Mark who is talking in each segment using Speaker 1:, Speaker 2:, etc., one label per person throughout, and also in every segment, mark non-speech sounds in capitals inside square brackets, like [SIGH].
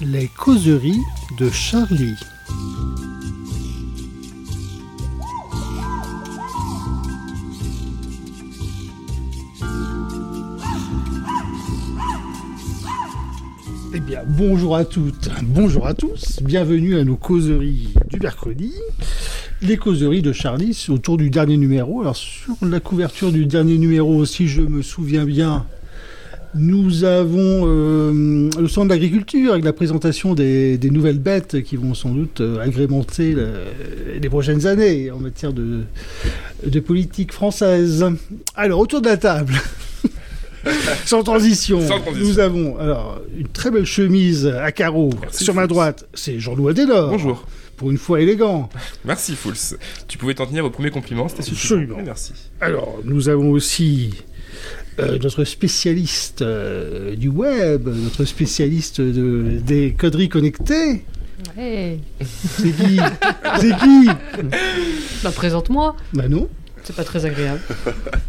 Speaker 1: Les causeries de Charlie. Eh bien, bonjour à toutes, bonjour à tous, bienvenue à nos causeries du mercredi. Les causeries de Charlie c'est autour du dernier numéro. Alors, sur la couverture du dernier numéro, si je me souviens bien, nous avons euh, le centre de l'agriculture avec la présentation des, des nouvelles bêtes qui vont sans doute euh, agrémenter le- les prochaines années en matière de, de politique française. Alors, autour de la table. [LAUGHS] Sans transition,
Speaker 2: Sans transition.
Speaker 1: nous avons alors une très belle chemise à carreaux.
Speaker 2: Merci,
Speaker 1: Sur ma
Speaker 2: Fritz.
Speaker 1: droite, c'est Jean-Louis Adenor.
Speaker 2: Bonjour.
Speaker 1: Pour une fois élégant.
Speaker 2: Merci Fouls. Tu pouvais t'en tenir au premier compliment, c'était suffisant.
Speaker 1: Absolument.
Speaker 2: Et Merci.
Speaker 1: Alors, nous avons aussi euh, notre spécialiste euh, du web, notre spécialiste de, des conneries connectées.
Speaker 3: Hey,
Speaker 1: C'est qui C'est qui
Speaker 3: bah présente-moi,
Speaker 1: Bah non,
Speaker 3: c'est pas très agréable.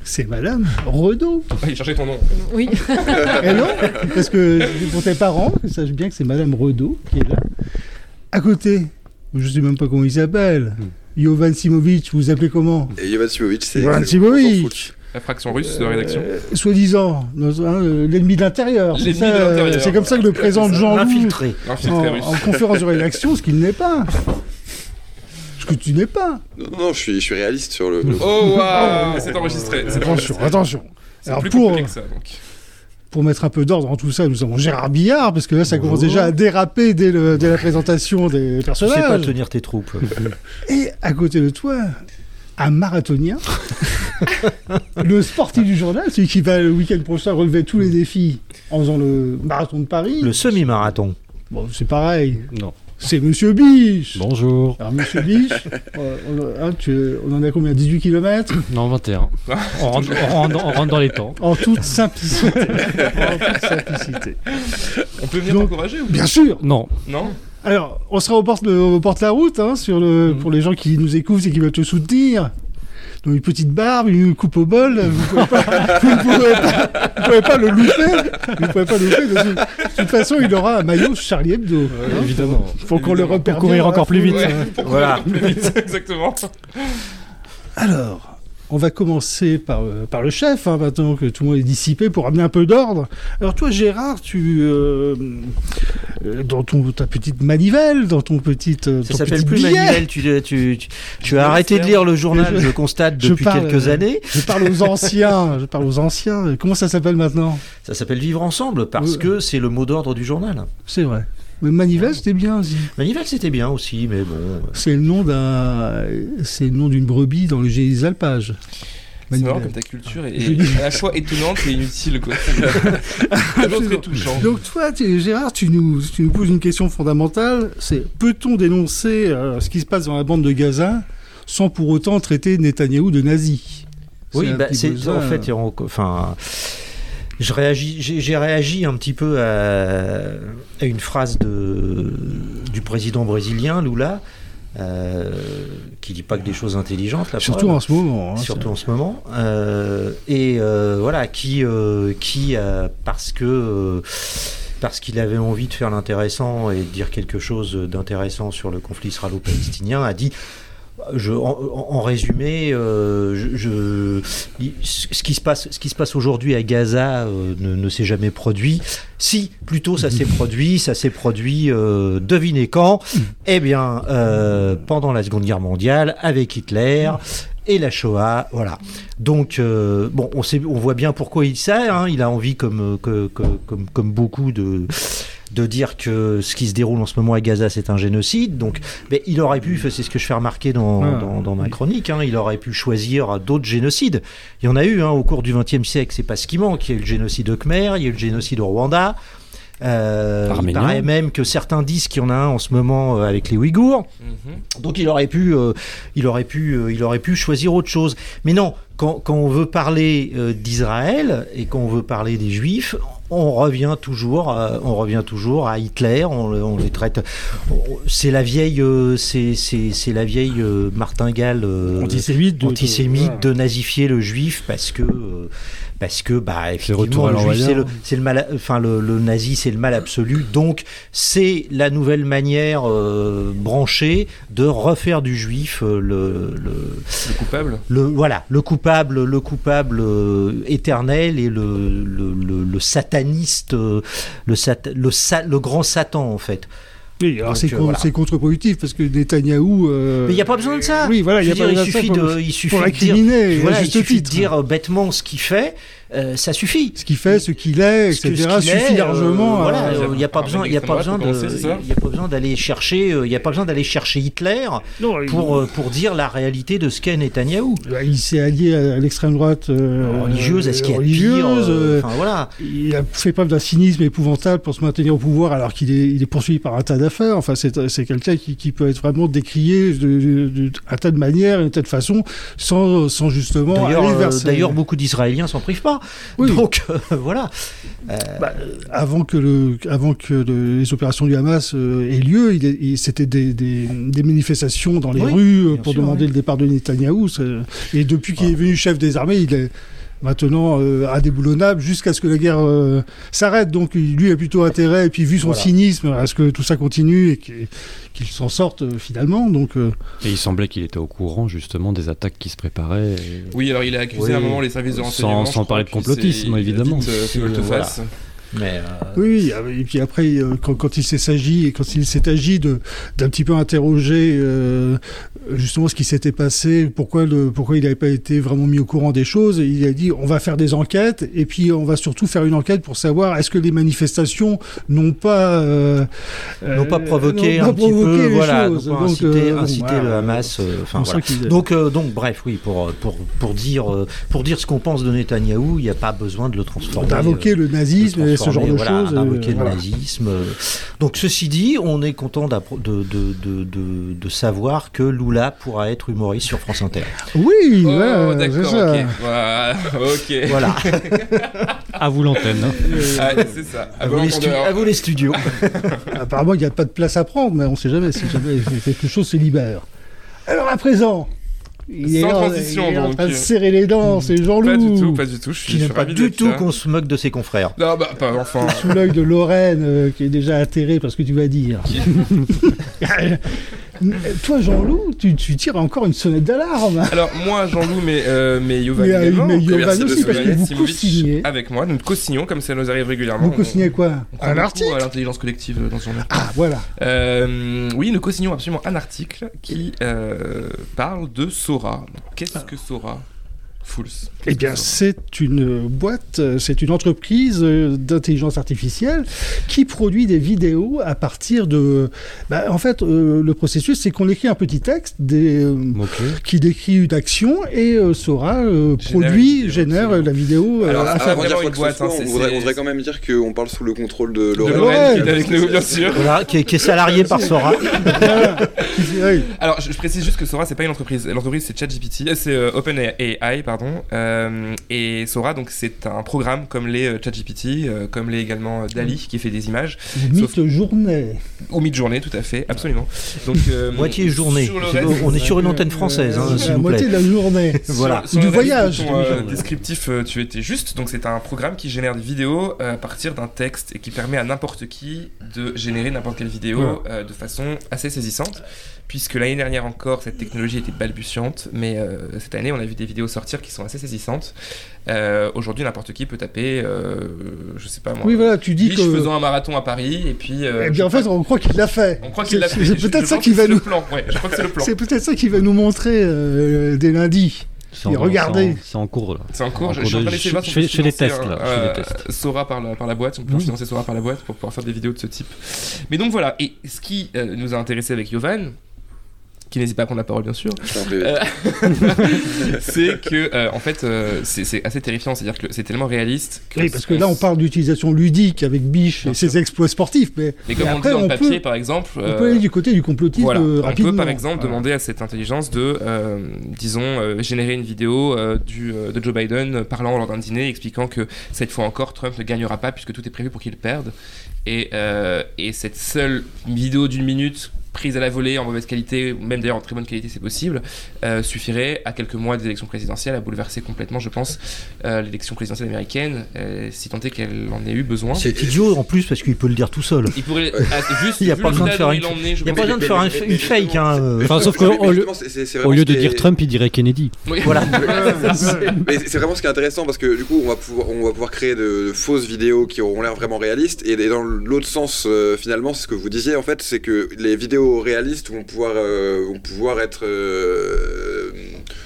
Speaker 1: c'est Madame Renaud.
Speaker 2: Ah, il cherchait ton nom.
Speaker 3: [LAUGHS] Oui,
Speaker 1: Eh non Parce que pour tes parents, sache bien que c'est Madame Renaud qui est là. À côté, je sais même pas comment il s'appelle. Jovan Simovic, vous vous appelez comment
Speaker 4: Et Yovan Simovic, c'est.
Speaker 1: Jovan
Speaker 4: c'est- Eh, on s'en fout.
Speaker 1: Simovic
Speaker 2: La fraction russe de la rédaction.
Speaker 1: Euh, Soi-disant, dans- hein, euh, l'ennemi de l'intérieur. c'est
Speaker 2: L'ennemi
Speaker 1: ça,
Speaker 2: de
Speaker 1: euh,
Speaker 2: l'intérieur.
Speaker 1: C'est comme ça que le présente Jean-Louis.
Speaker 5: Infiltré.
Speaker 2: Infiltré
Speaker 1: en,
Speaker 2: russe.
Speaker 1: en conférence de rédaction, ce qu'il n'est pas. Ce que tu n'es pas.
Speaker 4: Non, non, non, je suis, je suis réaliste sur le. le-
Speaker 1: [LAUGHS]
Speaker 2: Oh waouh, c'est enregistré. C'est
Speaker 1: Attention, attention.
Speaker 2: c'est
Speaker 1: euh, Alors
Speaker 2: plus
Speaker 1: pour, euh,
Speaker 2: compliqué que ça donc.
Speaker 1: pour mettre un peu d'ordre en tout ça, nous avons Gérard Billard, parce que là, ça commence déjà à déraper dès, le- dès la présentation des
Speaker 5: Tu sais pas
Speaker 1: personnages.
Speaker 5: tenir tes troupes.
Speaker 1: Et à côté de toi, un
Speaker 5: [LAUGHS]
Speaker 1: marathonien, le sportif du journal, celui qui va le week-end prochain relever tous les défis en faisant le marathon de Paris.
Speaker 5: Le semi-marathon.
Speaker 1: Bon, c'est pareil.
Speaker 5: Non.
Speaker 1: C'est Monsieur Biche.
Speaker 6: Bonjour.
Speaker 1: Alors, Monsieur
Speaker 5: [LAUGHS]
Speaker 1: Biche, euh, on, hein, tu- on en a combien 18 km
Speaker 6: Non, 21. On rentre, on rentre- on rentre dans les temps.
Speaker 1: En
Speaker 6: [LAUGHS]
Speaker 1: toute simplicité. en toute simplicité.
Speaker 2: On peut venir
Speaker 1: Donc-
Speaker 2: t'encourager ou
Speaker 1: Bien sûr.
Speaker 6: Non.
Speaker 2: Non
Speaker 1: Alors, on sera au porte, au porte la route hein, sur
Speaker 6: Mm.
Speaker 1: le, pour les gens qui nous écoutent et qui veulent te soutenir. Donc une petite barbe, une coupe au bol, vous pouvez pas, [LAUGHS] vous pouvez pas, vous pouvez pas le louper. Vous pouvez pas le louper. De toute, de toute façon, il aura un maillot Charlie Hebdo. hein.
Speaker 6: Évidemment.
Speaker 1: Faut qu'on le
Speaker 2: évidemment.
Speaker 1: repère.
Speaker 6: Pour courir
Speaker 1: bien,
Speaker 6: encore
Speaker 1: hein,
Speaker 6: plus
Speaker 1: faut-
Speaker 6: vite.
Speaker 1: ouais.
Speaker 2: Ouais, pour
Speaker 5: Voilà.
Speaker 2: courir plus vite, [LAUGHS]
Speaker 1: [LAUGHS]
Speaker 2: exactement.
Speaker 1: Alors, on va commencer par, euh, par le chef, hein, maintenant que tout le monde est dissipé, pour amener un peu d'ordre. Alors toi, Gérard, tu... euh, euh, dans ton, ta petite manivelle, dans ton petit... euh,
Speaker 5: Ça
Speaker 1: ton
Speaker 5: s'appelle
Speaker 1: petit
Speaker 5: plus
Speaker 1: billet,
Speaker 5: manuel. Tu, tu, tu, tu as arrêté de lire le journal, je, constate,
Speaker 1: je
Speaker 5: depuis
Speaker 1: parle,
Speaker 5: quelques
Speaker 1: euh,
Speaker 5: années.
Speaker 1: Je parle aux anciens, je parle aux anciens. Comment ça s'appelle maintenant
Speaker 5: Ça s'appelle Vivre Ensemble parce
Speaker 1: Oui.
Speaker 5: que c'est le mot d'ordre du journal.
Speaker 1: C'est vrai. Mais manivelle, c'était bien aussi.
Speaker 5: Manivelle, c'était bien aussi, mais bon.
Speaker 1: C'est le nom d'un, c'est le nom d'une brebis dans le génie des alpages.
Speaker 2: C'est marrant
Speaker 1: Manivelle.
Speaker 2: comme ta culture est,
Speaker 1: Je
Speaker 2: est
Speaker 1: dis-
Speaker 2: à la fois étonnante et inutile
Speaker 1: [LAUGHS]
Speaker 2: quoi. C'est toujours très touchant.
Speaker 1: Donc toi, tu- Gérard, tu nous, tu nous poses une question fondamentale, c'est peut-on dénoncer euh, ce qui se passe dans la bande de Gaza sans pour autant traiter Netanyahou de nazi
Speaker 5: Oui,
Speaker 1: un
Speaker 5: bah,
Speaker 1: petit
Speaker 5: c'est
Speaker 1: besoin,
Speaker 5: en fait, on- enfin, je réagis, j'ai j'ai réagi un petit peu à, à une phrase de, du président brésilien Lula, euh, qui dit pas que des choses intelligentes. La
Speaker 1: surtout
Speaker 5: preuve.
Speaker 1: en ce moment. hein,
Speaker 5: surtout en ce moment. Euh, et euh, voilà, qui, euh, qui euh, parce que euh, parce qu'il avait envie de faire l'intéressant et de dire quelque chose d'intéressant sur le conflit israélo-palestinien, a dit. Je, en, en- en résumé, euh, je, je- il- ce qui se passe, ce qui se passe aujourd'hui à Gaza euh, ne, ne s'est jamais produit. Si, plutôt, ça s'est produit, ça s'est produit. euh, devinez quand Eh bien, euh, pendant la Seconde Guerre mondiale, avec Hitler, et la Shoah, voilà. Donc, euh, bon, on, sait, on voit bien pourquoi il ça, hein, il a envie, comme, euh, que- que- comme, comme beaucoup, de, de dire que ce qui se déroule en ce moment à Gaza, c'est un génocide. Donc, ben, il aurait pu, c'est ce que je fais remarquer dans,
Speaker 1: Ah.
Speaker 5: dans, dans ma chronique, hein, il aurait pu choisir d'autres génocides. Il y en a eu hein, au cours du XXe siècle, c'est pas ce qui manque. Il y a eu le génocide de Khmer, il y a eu le génocide au Rwanda. Euh, il
Speaker 6: Arménien.
Speaker 5: paraît même que certains disent qu'il y en a un en ce moment euh, avec les Ouïghours.
Speaker 2: Mhm.
Speaker 5: Donc il aurait pu, euh, il aurait pu, euh, il aurait pu choisir autre chose. Mais non, quand, quand on veut parler euh, d'Israël et quand on veut parler des Juifs, on revient toujours, à, on revient toujours à Hitler. On, le- on les traite. on- C'est la vieille, euh, c'est c'est- c'est la vieille euh, martingale. euh,
Speaker 1: antisémite, de,
Speaker 5: antisémite
Speaker 1: de-
Speaker 5: de nazifier le juif parce que euh, parce que bah
Speaker 6: retour
Speaker 5: effectivement
Speaker 6: à
Speaker 5: le juif,
Speaker 6: l'envoyeur.
Speaker 5: c'est le c'est le mal enfin le, le nazi c'est le mal absolu donc c'est la nouvelle manière euh, branchée de refaire du juif euh, le, le
Speaker 2: Le coupable
Speaker 5: le voilà le coupable le coupable euh, éternel et le le, le- le sataniste euh, le sat- le, sa- le grand satan en fait
Speaker 1: Oui, alors
Speaker 5: Donc,
Speaker 1: c'est
Speaker 5: euh,
Speaker 1: con-
Speaker 5: voilà.
Speaker 1: c'est contre-productif parce que Netanyahou. euh,
Speaker 5: mais il n'y a pas besoin de ça
Speaker 1: Oui, voilà, il
Speaker 5: Je
Speaker 1: n'y a
Speaker 5: veux
Speaker 1: pas
Speaker 5: dire, il
Speaker 1: besoin de ça
Speaker 5: suffit
Speaker 1: pour,
Speaker 5: de il suffit
Speaker 1: pour
Speaker 5: de dire
Speaker 1: l'incriminer,
Speaker 5: voilà,
Speaker 1: à
Speaker 5: il
Speaker 1: juste
Speaker 5: suffit de
Speaker 1: titre.
Speaker 5: dire euh, bêtement ce qu'il fait euh, ça suffit
Speaker 1: ce qu'il fait, ce qu'il est,
Speaker 5: Ce que-
Speaker 1: etc.
Speaker 5: ce qu'il est,
Speaker 1: suffit
Speaker 5: euh,
Speaker 1: largement. à-
Speaker 5: voilà,
Speaker 2: à-
Speaker 5: euh, il n'y a pas
Speaker 2: Armée
Speaker 5: besoin, il y a pas
Speaker 2: d'extrême Ah, droite,
Speaker 5: besoin
Speaker 2: pour commencer,
Speaker 5: de,
Speaker 2: c'est ça
Speaker 5: il y a pas besoin d'aller chercher, euh, il y a pas besoin d'aller chercher Hitler pour euh, pour dire la réalité de ce qu'est Netanyahou.
Speaker 1: Bah, il s'est allié à l'extrême droite euh,
Speaker 5: religieuse, est-ce qu'il y a de pire
Speaker 1: religieuse,
Speaker 5: euh,
Speaker 1: euh,
Speaker 5: Enfin voilà.
Speaker 1: il a fait preuve d'un cynisme épouvantable pour se maintenir au pouvoir alors qu'il est, il est poursuivi par un tas d'affaires. Enfin, c'est c'est quelqu'un qui, qui peut être vraiment décrié de, de- de- un tas de manières, une tas de façons, sans, sans justement
Speaker 5: D'ailleurs,
Speaker 1: aller
Speaker 5: euh,
Speaker 1: vers ces-
Speaker 5: d'ailleurs, beaucoup d'Israéliens s'en privent pas.
Speaker 1: Oui.
Speaker 5: Donc euh, voilà. Euh,
Speaker 1: avant que, le, avant que le- les opérations du Hamas euh, aient lieu, il est- il- c'était des, des- des manifestations dans les
Speaker 5: Oui,
Speaker 1: rues euh,
Speaker 5: bien
Speaker 1: pour
Speaker 5: sûr,
Speaker 1: demander
Speaker 5: oui.
Speaker 1: le départ de Netanyahou. ça- Et depuis qu'il est venu chef des armées, il est maintenant euh, indéboulonnable jusqu'à ce que la guerre euh, s'arrête. Donc il- lui a plutôt intérêt, et puis vu son
Speaker 5: Voilà.
Speaker 1: cynisme, à ce que tout ça continue et qu'il qu'il s'en sorte euh, finalement. Donc euh,
Speaker 7: Et il semblait qu'il était au courant justement des attaques qui se préparaient. et-
Speaker 2: Oui, alors il a accusé
Speaker 5: Oui.
Speaker 2: à un moment les services de
Speaker 7: Sans-
Speaker 2: renseignement. je
Speaker 7: sans
Speaker 2: crois,
Speaker 7: parler de
Speaker 2: puis c'est-
Speaker 7: complotisme,
Speaker 2: il a
Speaker 7: évidemment.
Speaker 2: dit, euh,
Speaker 7: C'est-
Speaker 2: que je te
Speaker 7: voilà.
Speaker 2: fasse.
Speaker 5: Mais euh,
Speaker 1: Oui, oui, et puis après, euh, quand, quand il s'est s'agit et quand il s'est agi de d'un petit peu interroger euh, justement ce qui s'était passé, pourquoi le pourquoi il n'avait pas été vraiment mis au courant des choses, et il a dit on va faire des enquêtes et puis on va surtout faire une enquête pour savoir est-ce que les manifestations n'ont pas euh,
Speaker 5: n'ont pas
Speaker 1: euh,
Speaker 5: provoqué
Speaker 1: n'ont
Speaker 5: un
Speaker 1: pas
Speaker 5: petit
Speaker 1: provoqué
Speaker 5: peu,
Speaker 1: les
Speaker 5: voilà,
Speaker 1: choses.
Speaker 5: n'ont pas
Speaker 1: Donc,
Speaker 5: incité,
Speaker 1: euh, bon,
Speaker 5: incité
Speaker 1: voilà.
Speaker 5: le Hamas. euh,
Speaker 1: On
Speaker 5: Enfin
Speaker 1: sent
Speaker 5: voilà.
Speaker 1: qu'il-
Speaker 5: Donc, euh, donc, bref, oui, pour, pour, pour, dire, euh, pour dire ce qu'on pense de Netanyahou, il n'y a pas besoin de le transformer. euh,
Speaker 1: D'invoquer le nazisme
Speaker 5: de
Speaker 1: et ce genre
Speaker 5: transformer,
Speaker 1: de
Speaker 5: voilà,
Speaker 1: choses.
Speaker 5: d'invoquer
Speaker 1: euh,
Speaker 5: le
Speaker 1: voilà.
Speaker 5: nazisme. euh. Donc, ceci dit, on est content d'appro- de, de, de, de, de savoir que Lula pourra être humoriste sur
Speaker 1: [LAUGHS]
Speaker 5: France Inter.
Speaker 1: Oui,
Speaker 2: Oh,
Speaker 1: ouais, euh, c'est
Speaker 2: d'accord,
Speaker 1: ça.
Speaker 2: ok. Voilà, [LAUGHS] ok.
Speaker 5: Voilà,
Speaker 6: À vous l'antenne. hein.
Speaker 2: Allez, Ah, c'est ça.
Speaker 5: à, vous les stu- à vous les studios.
Speaker 1: Apparemment, il n'y a pas de place à prendre, mais on ne sait jamais si jamais [LAUGHS] quelque chose se libère. Alors à présent, il
Speaker 2: Sans
Speaker 1: est, en-
Speaker 2: transition,
Speaker 1: il est en
Speaker 2: donc. euh, hmm,
Speaker 1: train de serrer les dents, c'est Jean-Loup.
Speaker 2: Pas du tout, pas du tout. Je suis,
Speaker 5: Qui
Speaker 2: je
Speaker 5: n'aime
Speaker 2: suis
Speaker 5: pas
Speaker 2: ravi
Speaker 5: du hein.
Speaker 2: d'être
Speaker 5: tout
Speaker 2: là.
Speaker 5: qu'on se moque de ses confrères.
Speaker 2: Non, bah, pas enfin.
Speaker 1: Sous l'œil de Lorraine, euh, qui est déjà atterré parce que tu vas
Speaker 2: [LAUGHS]
Speaker 1: dire. Toi, Jean-Loup, tu, tu tires encore une sonnette d'alarme. hein.
Speaker 2: Alors moi, Jean-Loup, mais euh, mais Yovan
Speaker 1: Mais, euh,
Speaker 2: également.
Speaker 1: mais Yovan
Speaker 2: Merci de
Speaker 1: aussi,
Speaker 2: ce
Speaker 1: parce que
Speaker 2: Yovan
Speaker 1: vous
Speaker 2: Yassimovic
Speaker 1: co-signez.
Speaker 2: avec moi. Nous co-signons comme ça nous arrive régulièrement.
Speaker 1: Vous
Speaker 2: On-
Speaker 1: co-signez quoi
Speaker 2: Ah euh, on croit
Speaker 1: Un
Speaker 2: beaucoup
Speaker 1: article
Speaker 2: à l'intelligence collective euh, dans ce journal.
Speaker 1: Ah, voilà.
Speaker 2: Euh, oui, nous co-signons absolument un article qui euh, parle de Sora. Qu'est-ce que Sora Fools.
Speaker 1: Eh bien, c'est une boîte, euh, c'est une entreprise euh, d'intelligence artificielle qui produit des vidéos à partir de. Bah, en fait, euh, le processus, c'est qu'on écrit un petit texte des, euh, qui décrit une action et euh, Sora euh,
Speaker 2: Génère
Speaker 1: produit,
Speaker 2: une vidéo,
Speaker 1: génère
Speaker 2: absolument.
Speaker 1: la vidéo euh,
Speaker 2: Alors,
Speaker 1: à
Speaker 2: ah,
Speaker 1: faire.
Speaker 4: Avant de dire
Speaker 2: vraiment
Speaker 4: quoi
Speaker 2: une boîte,
Speaker 4: que ce soit,
Speaker 2: hein,
Speaker 4: on
Speaker 2: c'est-
Speaker 4: voudrait,
Speaker 2: c'est-
Speaker 4: on voudrait quand même dire qu'on parle sous le contrôle de
Speaker 2: De
Speaker 4: Lorraine.
Speaker 2: Lorraine qui
Speaker 1: Ouais.
Speaker 2: est avec nous, bien sûr.
Speaker 5: Voilà, qui est, qui est salarié par hein. Sora.
Speaker 1: [LAUGHS] Oui.
Speaker 2: Alors, je, je précise juste que Sora, c'est pas une entreprise. L'entreprise, c'est ChatGPT, euh, c'est euh, OpenAI, pardon. Euh, et Sora, donc, c'est un programme comme les euh, ChatGPT, euh, comme les également euh, Dali,
Speaker 5: Mm.
Speaker 2: qui fait des images,
Speaker 1: Mythe journée.
Speaker 2: ou mid-journée, tout à fait, absolument. Donc, euh,
Speaker 5: Moitié journée.
Speaker 2: Sur le
Speaker 5: C'est-
Speaker 2: reste,
Speaker 5: on est sur une antenne française, hein,
Speaker 1: Euh,
Speaker 5: s'il
Speaker 1: la
Speaker 5: vous
Speaker 1: moitié
Speaker 5: plaît.
Speaker 1: de la journée.
Speaker 5: Voilà.
Speaker 2: Sur-
Speaker 1: Ou
Speaker 2: sur
Speaker 1: du
Speaker 2: la liste
Speaker 1: voyage,
Speaker 2: de
Speaker 1: du
Speaker 2: Ton, euh,
Speaker 1: voyage.
Speaker 2: descriptif, euh, tu étais juste. Donc, c'est un programme qui génère des vidéos euh, à partir d'un texte et qui permet à n'importe qui de générer n'importe quelle vidéo euh, de façon assez saisissante. Puisque l'année dernière encore, cette technologie était balbutiante, mais euh, cette année, on a vu des vidéos sortir qui sont assez saisissantes. Euh, Aujourd'hui, n'importe qui peut taper, euh, je sais pas moi.
Speaker 1: Oui, voilà, tu dis
Speaker 2: Lich
Speaker 1: que.
Speaker 2: faisant un marathon à Paris, et puis. euh,
Speaker 1: Eh bien, en
Speaker 2: je sais
Speaker 1: fait, on croit qu'il l'a fait.
Speaker 2: pas, on croit qu'il l'a
Speaker 1: C'est-
Speaker 2: fait.
Speaker 1: C'est
Speaker 2: Je- je
Speaker 1: peut-être ça
Speaker 2: pense
Speaker 1: qui
Speaker 2: que
Speaker 1: va
Speaker 2: c'est
Speaker 1: nous.
Speaker 2: le plan. Ouais, je crois que c'est le plan.
Speaker 1: C'est peut-être ça qui va nous montrer euh, dès lundi.
Speaker 6: C'est
Speaker 1: Et
Speaker 6: en-
Speaker 1: regardez.
Speaker 6: c'est en- C'est en cours là.
Speaker 2: C'est en cours,
Speaker 6: En
Speaker 2: je,
Speaker 6: cours
Speaker 2: je suis en
Speaker 6: de-
Speaker 2: train d'essayer de voir
Speaker 6: je
Speaker 2: si on peut
Speaker 6: fais- je fais des
Speaker 2: financer
Speaker 6: tests,
Speaker 2: un-
Speaker 6: là, je fais des
Speaker 2: euh,
Speaker 6: tests.
Speaker 2: Sora par la, par la boîte, on peut financer Sora par la boîte pour pouvoir faire des vidéos de ce type. Mais donc voilà, et ce qui euh, nous a intéressé avec Yovan, qui n'hésite pas à prendre la parole
Speaker 6: [LAUGHS]
Speaker 2: bien sûr,
Speaker 4: Je t'en prie.
Speaker 2: Euh, c'est que euh, en fait euh, c'est c'est assez terrifiant, c'est-à-dire que c'est tellement réaliste.
Speaker 1: Oui, parce que là, on parle d'utilisation ludique avec Biche et
Speaker 2: Bien
Speaker 1: ses exploits sportifs, mais,
Speaker 2: Mais comme
Speaker 1: mais
Speaker 2: on dit
Speaker 1: après,
Speaker 2: dans
Speaker 1: on,
Speaker 2: le papier
Speaker 1: peut,
Speaker 2: par exemple.
Speaker 1: on
Speaker 2: euh,
Speaker 1: peut aller du côté du complotisme
Speaker 2: voilà.
Speaker 1: euh,
Speaker 2: on
Speaker 1: rapidement.
Speaker 2: peut par exemple
Speaker 1: Voilà.
Speaker 2: demander à cette intelligence de, euh, disons, euh, générer une vidéo euh, du, euh, de Joe Biden euh, parlant lors d'un dîner, expliquant que cette fois encore, Trump ne gagnera pas puisque tout est prévu pour qu'il perde. Et, euh, et cette seule vidéo d'une minute prise à la volée en mauvaise qualité, ou même d'ailleurs en très bonne qualité, c'est possible, euh, suffirait à quelques mois des élections présidentielles à bouleverser complètement, je pense, euh, l'élection présidentielle américaine, euh, si tant est qu'elle en ait eu besoin.
Speaker 5: C'est idiot en plus parce qu'il peut le dire tout seul.
Speaker 2: Il pourrait ah, juste
Speaker 5: [LAUGHS] Il y a
Speaker 2: vu
Speaker 5: pas
Speaker 2: le
Speaker 5: besoin de
Speaker 2: stade
Speaker 5: faire
Speaker 2: où
Speaker 5: une-
Speaker 2: il l'a emmené, je
Speaker 5: Il n'y a
Speaker 2: pense
Speaker 5: pas besoin de
Speaker 2: que-
Speaker 5: faire un- une fake. hein, euh.
Speaker 6: Enfin, sauf que
Speaker 4: Non, mais
Speaker 6: au lieu,
Speaker 4: justement, c'est- c'est- c'est
Speaker 6: Euh, au
Speaker 4: vraiment
Speaker 6: lieu
Speaker 4: ce
Speaker 6: de
Speaker 4: qui
Speaker 6: dire
Speaker 4: est-
Speaker 6: Trump, il dirait Kennedy.
Speaker 2: Oui.
Speaker 5: Voilà.
Speaker 4: Mais c'est c'est vraiment ce qui est intéressant parce que du coup, on va pouvoir, on va pouvoir créer de, de fausses vidéos qui auront l'air vraiment réalistes. Et, et dans l'autre sens, euh, finalement, c'est ce que vous disiez en fait, c'est que les vidéos réalistes vont pouvoir, euh, vont pouvoir être. euh,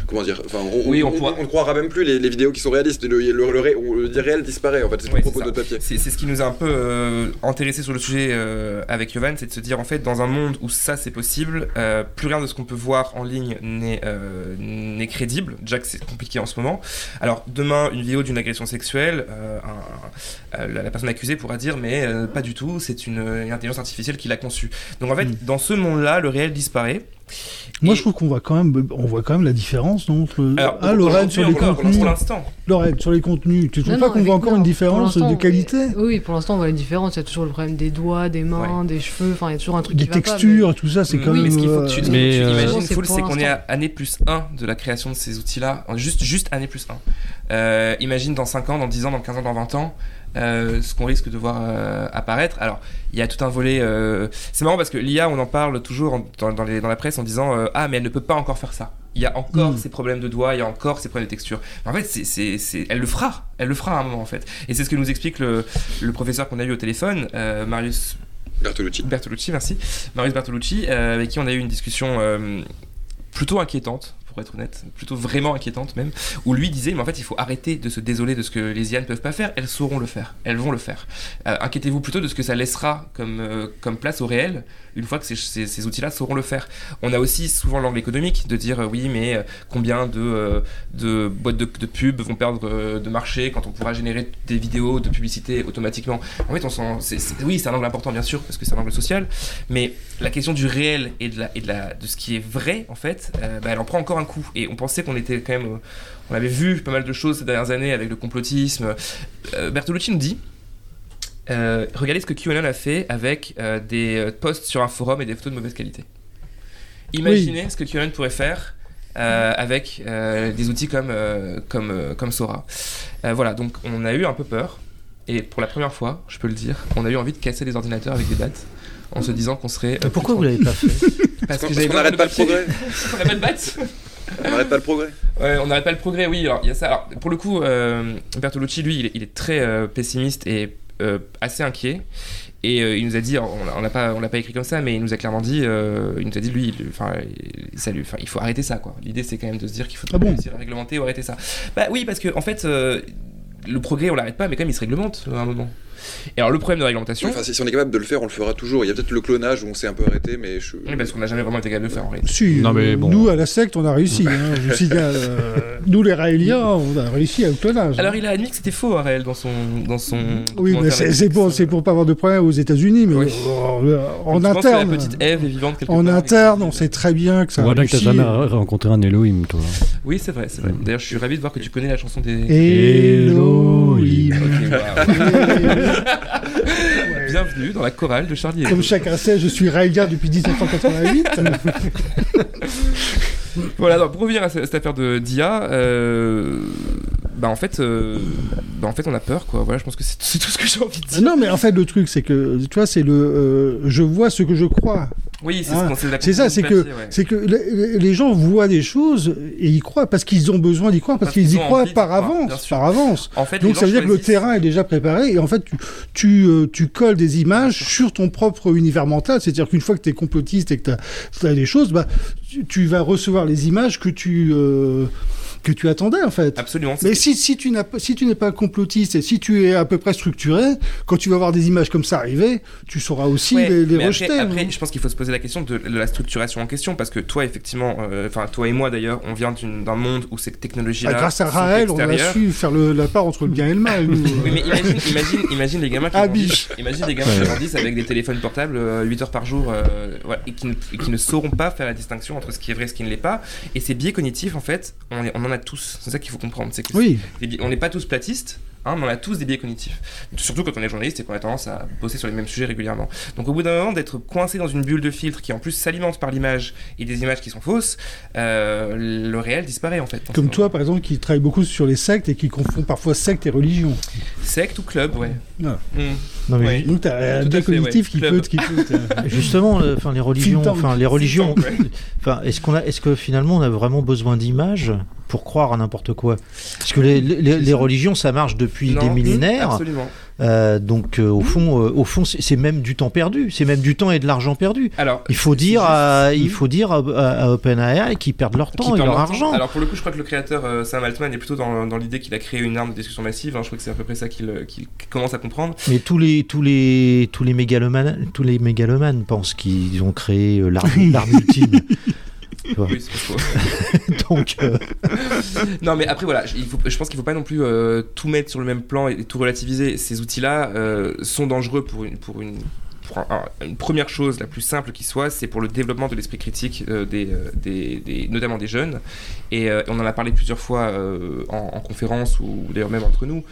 Speaker 4: comment dire Enfin, on,
Speaker 2: Oui, on
Speaker 4: on-
Speaker 2: pourra-
Speaker 4: on ne croira même plus les, les vidéos qui sont réalistes. Le, le, le ré- on- le réel disparaît en fait. C'est
Speaker 2: Ouais,
Speaker 4: le propos
Speaker 2: c'est
Speaker 4: de
Speaker 2: ça.
Speaker 4: notre papier.
Speaker 2: C'est c'est ce qui nous a un peu euh, intéressé sur le sujet euh, avec Yovan, c'est de se dire en fait dans un monde où ça c'est possible, euh, plus rien de ce qu'on peut voir en ligne n'est euh, n'est crédible. Déjà que c'est compliqué en ce moment. Alors demain une vidéo d'une agression sexuelle, euh, un- euh, la, la personne accusée pourra dire mais euh, pas du tout, c'est une, une intelligence artificielle qui l'a conçue. Donc en fait dans ce monde-là le réel disparaît.
Speaker 1: Hmm. Euh, Moi,
Speaker 2: Et-
Speaker 1: je trouve qu'on voit quand même, on voit quand même la différence non, entre.
Speaker 2: Alors,
Speaker 1: ah, Lorraine
Speaker 2: aujourd'hui,
Speaker 1: sur
Speaker 2: on
Speaker 1: les
Speaker 2: voit-
Speaker 1: contenus.
Speaker 2: Pour l'instant.
Speaker 1: Lorraine sur les contenus. Tu trouves
Speaker 3: Non,
Speaker 1: pas
Speaker 3: non,
Speaker 1: qu'on voit
Speaker 3: avec-
Speaker 1: encore
Speaker 3: non,
Speaker 1: une
Speaker 3: pour
Speaker 1: différence
Speaker 3: l'instant,
Speaker 1: de
Speaker 3: on-
Speaker 1: qualité,
Speaker 3: Oui, pour l'instant, on voit la différence. Il y a toujours le problème des doigts, des mains, des cheveux. Enfin, il y a toujours un truc
Speaker 1: des
Speaker 3: qui va pas, mais-
Speaker 1: textures, tout ça, c'est
Speaker 2: Mm.
Speaker 1: quand
Speaker 2: Oui,
Speaker 1: même.
Speaker 2: Mais ce qu'il faut que tu,
Speaker 1: euh,
Speaker 2: ce que
Speaker 6: Mais,
Speaker 2: tu
Speaker 6: euh,
Speaker 2: imagines,
Speaker 3: c'est
Speaker 2: Full,
Speaker 3: pour
Speaker 2: c'est qu'on est
Speaker 3: l'instant.
Speaker 2: à année plus 1 de la création de ces outils-là. Juste, juste année plus 1. Euh, imagine dans 5 ans, dans 10 ans, dans 15 ans, dans 20 ans, euh, ce qu'on risque de voir euh, apparaître. Alors, il y a tout un volet. euh, C'est marrant parce que l'IA, on en parle toujours en- dans, dans les- dans la presse en disant euh, Ah, mais elle ne peut pas encore faire ça. Il y a encore
Speaker 1: Mm.
Speaker 2: ces problèmes de doigts, il y a encore ces problèmes de texture. Mais en fait, c'est, c'est- c'est- elle le fera. Elle le fera à un moment, en fait. Et c'est ce que nous explique le, le professeur qu'on a eu au téléphone, euh, Marius
Speaker 4: Bertolucci.
Speaker 2: Bertolucci, merci. Marius Bertolucci, euh, avec qui on a eu une discussion euh, plutôt inquiétante, pour être honnête, plutôt vraiment inquiétante même, où lui disait, mais en fait, il faut arrêter de se désoler de ce que les IA ne peuvent pas faire, elles sauront le faire, elles vont le faire. Euh, Inquiétez-vous plutôt de ce que ça laissera comme, euh, comme place au réel, une fois que ces, ces- ces outils-là sauront le faire. On a aussi souvent l'angle économique de dire, euh, oui, mais euh, combien de, euh, de boîtes de, de pub vont perdre euh, de marché quand on pourra générer des vidéos de publicité automatiquement en fait, on s'en. c'est- c'est- oui, c'est un angle important, bien sûr, parce que c'est un angle social. Mais la question du réel et de, la, et de, la, de ce qui est vrai, en fait, euh, bah, elle en prend encore un coup. Et on pensait qu'on était quand même. euh, on avait vu pas mal de choses ces dernières années avec le complotisme. Euh, Bertolucci nous dit. euh, regardez ce que QAnon a fait avec euh, des euh, posts sur un forum et des photos de mauvaise qualité. Imaginez ce que QAnon pourrait faire euh, avec euh, des outils comme, euh, comme, euh, comme Sora. Euh, voilà, donc on a eu un peu peur. Et pour la première fois, je peux le dire, on a eu envie de casser les ordinateurs avec des battes en se disant qu'on serait. euh,
Speaker 5: Pourquoi vous
Speaker 2: plus
Speaker 5: l'avez pas fait
Speaker 2: tranquille. Parce
Speaker 4: Parce
Speaker 2: que
Speaker 4: qu'on
Speaker 2: j'avais besoin de
Speaker 4: n'arrête pas le
Speaker 2: papier.
Speaker 4: progrès.
Speaker 2: On n'a pas de battes
Speaker 4: On n'arrête pas le
Speaker 2: [LAUGHS]
Speaker 4: progrès.
Speaker 2: Ouais, on n'arrête pas le progrès, oui. Alors, il y a ça. Alors, pour le coup, euh, Bertolucci, lui, il est, il est très euh, pessimiste et euh, assez inquiet. Et euh, il nous a dit, alors, on n'a pas, on l'a pas écrit comme ça, mais il nous a clairement dit, euh, il nous a dit, lui, il- enfin, il- ça lui- enfin, il faut arrêter ça, quoi. L'idée, c'est quand même de se dire qu'il faut
Speaker 1: Ah bon
Speaker 2: réussir à réglementer ou arrêter ça. Bah oui, parce que en fait, euh, le progrès, on l'arrête pas, mais quand même, il se réglemente euh, à un moment. Et alors, le problème de la réglementation,
Speaker 4: Enfin, si, si on est capable de le faire, on le fera toujours. Il y a peut-être le clonage où on s'est un peu arrêté, mais je.
Speaker 2: oui, parce qu'on n'a jamais vraiment été capable de le faire en réalité.
Speaker 1: Si,
Speaker 7: Non, mais
Speaker 1: euh,
Speaker 7: bon.
Speaker 1: nous à la secte, on a réussi. hein, je vous signale, euh, nous les Raéliens, on a réussi à le clonage.
Speaker 2: Alors, il a admis que c'était faux, Ariel, dans son, dans son.
Speaker 1: oui, mais
Speaker 2: documentaire
Speaker 1: c'est
Speaker 2: Netflix.
Speaker 1: c'est pour, c'est pour pas avoir de problème aux États-Unis, mais
Speaker 2: Oui.
Speaker 1: en- en,
Speaker 2: Donc, je pense que
Speaker 1: interne.
Speaker 2: La petite Ève est vivante quelque
Speaker 1: En
Speaker 2: part, et
Speaker 1: interne,
Speaker 2: que-
Speaker 1: on sait très bien que ça
Speaker 7: Voilà que
Speaker 1: réussit.
Speaker 7: t'as jamais rencontré un Elohim, toi.
Speaker 2: Oui, c'est vrai, c'est vrai. D'ailleurs, je suis ravi de voir que tu connais la chanson des.
Speaker 1: Elohim.
Speaker 2: Ok,
Speaker 1: [LAUGHS]
Speaker 2: waouh.
Speaker 1: Ouais.
Speaker 2: Bienvenue dans la chorale de Charlie
Speaker 1: [LAUGHS]
Speaker 2: Hebdo.
Speaker 1: Comme chacun sait, je suis raïlien depuis
Speaker 2: [LAUGHS]
Speaker 1: 1988.
Speaker 2: Voilà, donc, pour revenir à ce- cette affaire de Dia, euh, bah en fait, euh, bah en fait, on a peur, quoi. Voilà, je pense que c'est [LAUGHS] c'est tout ce que j'ai envie de dire.
Speaker 1: non, mais en fait, le truc, c'est que, tu vois, c'est le. euh, je vois ce que je crois.
Speaker 2: Oui, c'est
Speaker 1: Ah,
Speaker 2: ce qu'on- la
Speaker 1: C'est ça,
Speaker 2: conclusion
Speaker 1: c'est
Speaker 2: du
Speaker 1: que,
Speaker 2: papier, ouais.
Speaker 1: c'est que le- les gens voient des choses et y croient parce qu'ils ont besoin d'y croire, parce,
Speaker 2: Parce
Speaker 1: qu'ils
Speaker 2: qu'ils
Speaker 1: y
Speaker 2: ont
Speaker 1: croient
Speaker 2: envie d'y
Speaker 1: par
Speaker 2: croire, bien
Speaker 1: avance,
Speaker 2: sûr.
Speaker 1: par avance.
Speaker 2: En fait, les
Speaker 1: Donc
Speaker 2: gens
Speaker 1: ça veut dire que le
Speaker 2: choisissent.
Speaker 1: terrain est déjà préparé et en fait tu, tu, euh, tu colles des images sur ton propre univers mental. C'est-à-dire qu'une fois que tu es complotiste et que tu as, des choses, bah, tu, tu vas recevoir les images que tu, euh, que tu attendais en fait.
Speaker 2: Absolument. Ah, c'est-
Speaker 1: Mais si, si tu n'as pas- si tu n'es pas complotiste et si tu es à peu près structuré, quand tu vas voir des images comme ça arriver, tu sauras aussi
Speaker 2: Ouais,
Speaker 1: les, hein. les
Speaker 2: mais après-
Speaker 1: rejeter. Bah,
Speaker 2: Après, je pense qu'il faut se poser la question de, de la structuration en question, parce que toi, effectivement, euh, enfin, toi et moi d'ailleurs, on vient d'une- d'un monde où cette
Speaker 1: Bah,
Speaker 2: technologie-là.
Speaker 1: grâce à
Speaker 2: sont
Speaker 1: Raël, on a
Speaker 2: extérieures.
Speaker 1: su faire le- la part entre le bien et le mal. nous. euh.
Speaker 2: Oui,
Speaker 1: [LAUGHS]
Speaker 2: mais imagine, imagine, imagine les gamins qui
Speaker 1: Ah,
Speaker 2: grandissent,
Speaker 1: biche.
Speaker 2: imagine les gamins qui grandissent avec des téléphones portables 8 heures par jour euh, voilà, et, qui ne, et qui ne sauront pas faire la distinction entre ce qui est vrai et ce qui ne l'est pas. Et ces biais cognitifs, en fait, on, est- on en a tous. C'est ça qu'il faut comprendre. C'est que
Speaker 1: oui.
Speaker 2: les biais- on n'est pas tous platistes. hein, mais on a tous des biais cognitifs. Surtout quand on est journaliste et qu'on a tendance à bosser sur les mêmes sujets régulièrement. Donc au bout d'un moment, d'être coincé dans une bulle de filtre qui en plus s'alimente par l'image et des images qui sont fausses, euh, le réel disparaît en fait. dans
Speaker 1: Comme
Speaker 2: ce
Speaker 1: toi, par exemple, qui travaille beaucoup sur les sectes et qui confond parfois sectes et religion.
Speaker 2: moment. Secte ou club, ouais.
Speaker 1: Voilà.
Speaker 2: Mm.
Speaker 5: Non, mais
Speaker 2: Ouais.
Speaker 1: Donc, tu as un
Speaker 2: Tout à
Speaker 1: biais
Speaker 2: fait,
Speaker 1: cognitif
Speaker 2: ouais.
Speaker 1: qui
Speaker 2: Club.
Speaker 1: peut. te- Qui peut te-
Speaker 5: Justement, le- enfin les religions,
Speaker 1: tank.
Speaker 5: enfin les religions,
Speaker 2: Think tank, [LAUGHS] ouais.
Speaker 5: enfin est-ce qu'on a, est-ce que finalement on a vraiment besoin d'images pour croire à n'importe quoi Parce que les, les- les religions, ça marche depuis
Speaker 2: Non, Mmh.
Speaker 5: des millénaires,
Speaker 2: Absolument.
Speaker 5: Euh, donc euh, au fond, euh, au fond, c'est c'est même du temps perdu, c'est même du temps et de l'argent perdu.
Speaker 2: Alors,
Speaker 5: Il faut
Speaker 2: c'est
Speaker 5: dire,
Speaker 2: juste-
Speaker 5: à, il faut dire à, à- à OpenAI qu'ils perdent leur
Speaker 2: qui
Speaker 5: temps
Speaker 2: perd
Speaker 5: et leur,
Speaker 2: leur temps.
Speaker 5: argent.
Speaker 2: Alors pour le coup, je crois que le créateur euh, Sam Altman est plutôt dans, dans l'idée qu'il a créé une arme de destruction massive. hein. Je crois que c'est à peu près ça qu'il euh, qu'il commence à comprendre.
Speaker 5: Mais tous les, tous les, tous les mégalomanes, tous les mégalomanes pensent qu'ils ont créé euh, l'arme l'arme ultime.
Speaker 1: [LAUGHS]
Speaker 2: Oui, c'est pas faux.
Speaker 5: Donc, [LAUGHS] euh,
Speaker 2: non, mais après voilà, je, il faut- je pense qu'il faut pas non plus euh, tout mettre sur le même plan et, et tout relativiser. Ces outils-là euh, sont dangereux pour une, pour une pour un- un- une première chose la plus simple qui soit, c'est pour le développement de l'esprit critique, euh, des, euh, des- des- notamment des jeunes. Et euh, on en a parlé plusieurs fois euh, en, en conférence ou d'ailleurs même entre nous.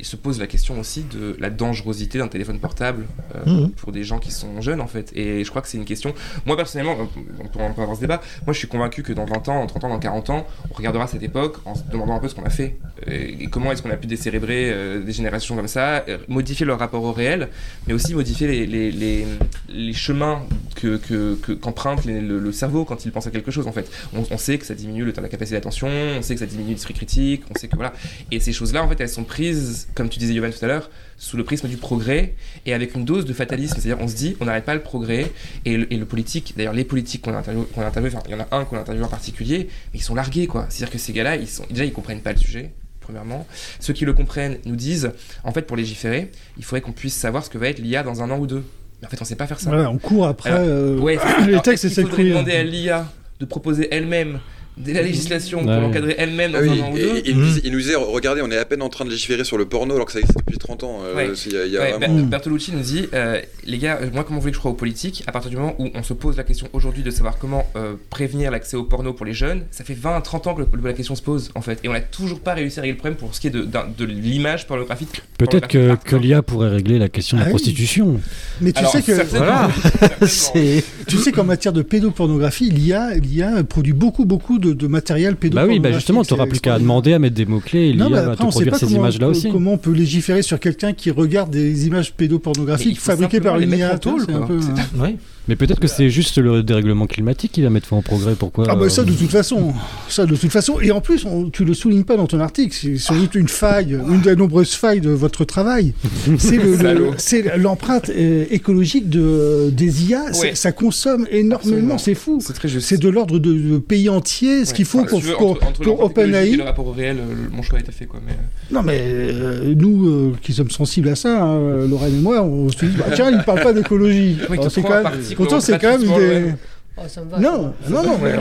Speaker 2: Il se pose la question aussi de la dangerosité d'un téléphone portable euh,
Speaker 5: Mhm.
Speaker 2: pour des gens qui sont jeunes en fait. Et je crois que c'est une question. Moi personnellement, euh, on peut, on peut avoir ce débat. Moi je suis convaincu que dans 20 ans, dans 30 ans, dans 40 ans, on regardera cette époque en se demandant un peu ce qu'on a fait. euh, Et, et comment est-ce qu'on a pu décérébrer euh, des générations comme ça, euh, modifier leur rapport au réel mais aussi modifier les, les, les, les chemins que, que, que- qu'emprunte les- le, le cerveau quand il pense à quelque chose en fait. On, on sait que ça diminue le temps, la capacité d'attention, on sait que ça diminue l'esprit critique, on sait que voilà. Et ces choses-là en fait elles sont prises, comme tu disais Yovan tout à l'heure, sous le prisme du progrès et avec une dose de fatalisme. C'est-à-dire on se dit on n'arrête pas le progrès et le, et le politique, d'ailleurs les politiques qu'on a interviewé, qu'on a interviewé, enfin il y en a un qu'on a interviewé en particulier, mais ils sont largués quoi. C'est-à-dire que ces gars-là, ils sont, déjà ils comprennent pas le sujet. Premièrement, ceux qui le comprennent nous disent, en fait, pour légiférer, il faudrait qu'on puisse savoir ce que va être l'IA dans un an ou deux. Mais en fait, on sait pas faire ça.
Speaker 1: Voilà, on court après
Speaker 2: Alors,
Speaker 1: euh,
Speaker 2: Ouais,
Speaker 1: [COUGHS]
Speaker 2: c'est ça.
Speaker 1: les
Speaker 2: Alors,
Speaker 1: textes et
Speaker 2: est-ce qu'il
Speaker 1: cette
Speaker 2: faudrait
Speaker 1: courir.
Speaker 2: demander à l'IA de proposer elle-même de la législation pour
Speaker 7: Ouais.
Speaker 2: l'encadrer elle-même dans
Speaker 4: Mm-hmm. Ah oui,
Speaker 2: un an ou
Speaker 4: et-
Speaker 2: deux
Speaker 4: et il, nous
Speaker 5: Mm.
Speaker 4: disait, il nous disait, regardez, on est à peine en train de légiférer sur le porno alors que ça existe depuis 30 ans. euh,
Speaker 2: Ouais.
Speaker 4: c'est- il y a- il y a
Speaker 2: Ouais,
Speaker 4: vraiment-
Speaker 2: Ber-
Speaker 1: Mm.
Speaker 2: Bertolucci nous dit euh, les gars, euh, moi comment vous voulez que je crois aux politiques À partir du moment où on se pose la question aujourd'hui de savoir comment euh, prévenir l'accès au porno pour les jeunes, ça fait 20 à 30 ans que le- la question se pose en fait, et on n'a toujours pas réussi à régler le problème pour ce qui est de, d'un- de l'image pornographique.
Speaker 7: Peut-être que,
Speaker 2: pornographique
Speaker 7: que l'IA pourrait régler la question de
Speaker 1: Ah
Speaker 7: la
Speaker 1: oui.
Speaker 7: prostitution.
Speaker 1: Mais tu
Speaker 2: Alors,
Speaker 1: sais que.
Speaker 2: certainement,
Speaker 5: voilà.
Speaker 1: [LAUGHS]
Speaker 2: certainement.
Speaker 5: c'est
Speaker 1: Tu sais qu'en matière de pédopornographie, l'IA, l'IA produit beaucoup, beaucoup de, de matériel
Speaker 7: Bah
Speaker 1: pédopornographique.
Speaker 7: oui, bah justement, tu n'auras
Speaker 1: C'est
Speaker 7: plus qu'à
Speaker 1: extraordinaire.
Speaker 7: demander à mettre des mots-clés et
Speaker 1: Non,
Speaker 7: l'IA
Speaker 1: mais
Speaker 7: va
Speaker 1: après,
Speaker 7: te
Speaker 1: on sait
Speaker 7: produire
Speaker 1: pas
Speaker 7: ces
Speaker 1: comment,
Speaker 7: images-là
Speaker 1: on-
Speaker 7: aussi.
Speaker 1: comment on peut légiférer sur quelqu'un qui regarde des images
Speaker 2: Mais il
Speaker 1: pédopornographiques
Speaker 2: faut
Speaker 1: fabriquées par
Speaker 2: simplement
Speaker 1: une
Speaker 2: les mettre
Speaker 1: IA.
Speaker 2: en tôle,
Speaker 1: c'est un
Speaker 2: quoi.
Speaker 1: peu, hein.
Speaker 5: ouais.
Speaker 7: Mais peut-être que c'est juste le dérèglement climatique qui va mettre fin au progrès. Pourquoi
Speaker 1: Ah bah ça
Speaker 7: euh,
Speaker 1: de toute façon, ça de toute façon. Et en plus, on- tu le soulignes pas dans ton article, c'est sans doute une faille, une des nombreuses failles de votre travail.
Speaker 2: [LAUGHS]
Speaker 1: C'est le- le-
Speaker 2: Salaud.
Speaker 1: c'est l'empreinte euh, écologique de, des IA. C'est-
Speaker 2: Ouais.
Speaker 1: Ça consomme énormément,
Speaker 2: Absolument.
Speaker 1: c'est fou.
Speaker 2: C'est très juste.
Speaker 1: C'est de l'ordre de, de pays entier, ce qu'il faut
Speaker 2: Enfin,
Speaker 1: pour,
Speaker 2: si tu veux,
Speaker 1: pour-
Speaker 2: entre- entre
Speaker 1: pour
Speaker 2: l'empreinte écologique et
Speaker 1: OpenAI.
Speaker 2: le rapport au réel, euh, le- mon choix a été fait quoi. Mais...
Speaker 1: Non mais euh, nous euh, qui sommes sensibles à ça, hein, Lorraine et moi, on se dit bah, tiens, il parle pas d'écologie.
Speaker 2: Oui,
Speaker 1: Alors,
Speaker 2: qui
Speaker 1: c'est
Speaker 2: prend
Speaker 1: quand
Speaker 2: un
Speaker 1: même,
Speaker 2: parti
Speaker 1: pourtant c'est quand même
Speaker 2: gratuitement,
Speaker 1: des.
Speaker 2: ouais.
Speaker 3: Oh, ça me va.
Speaker 1: Non, non, non, mais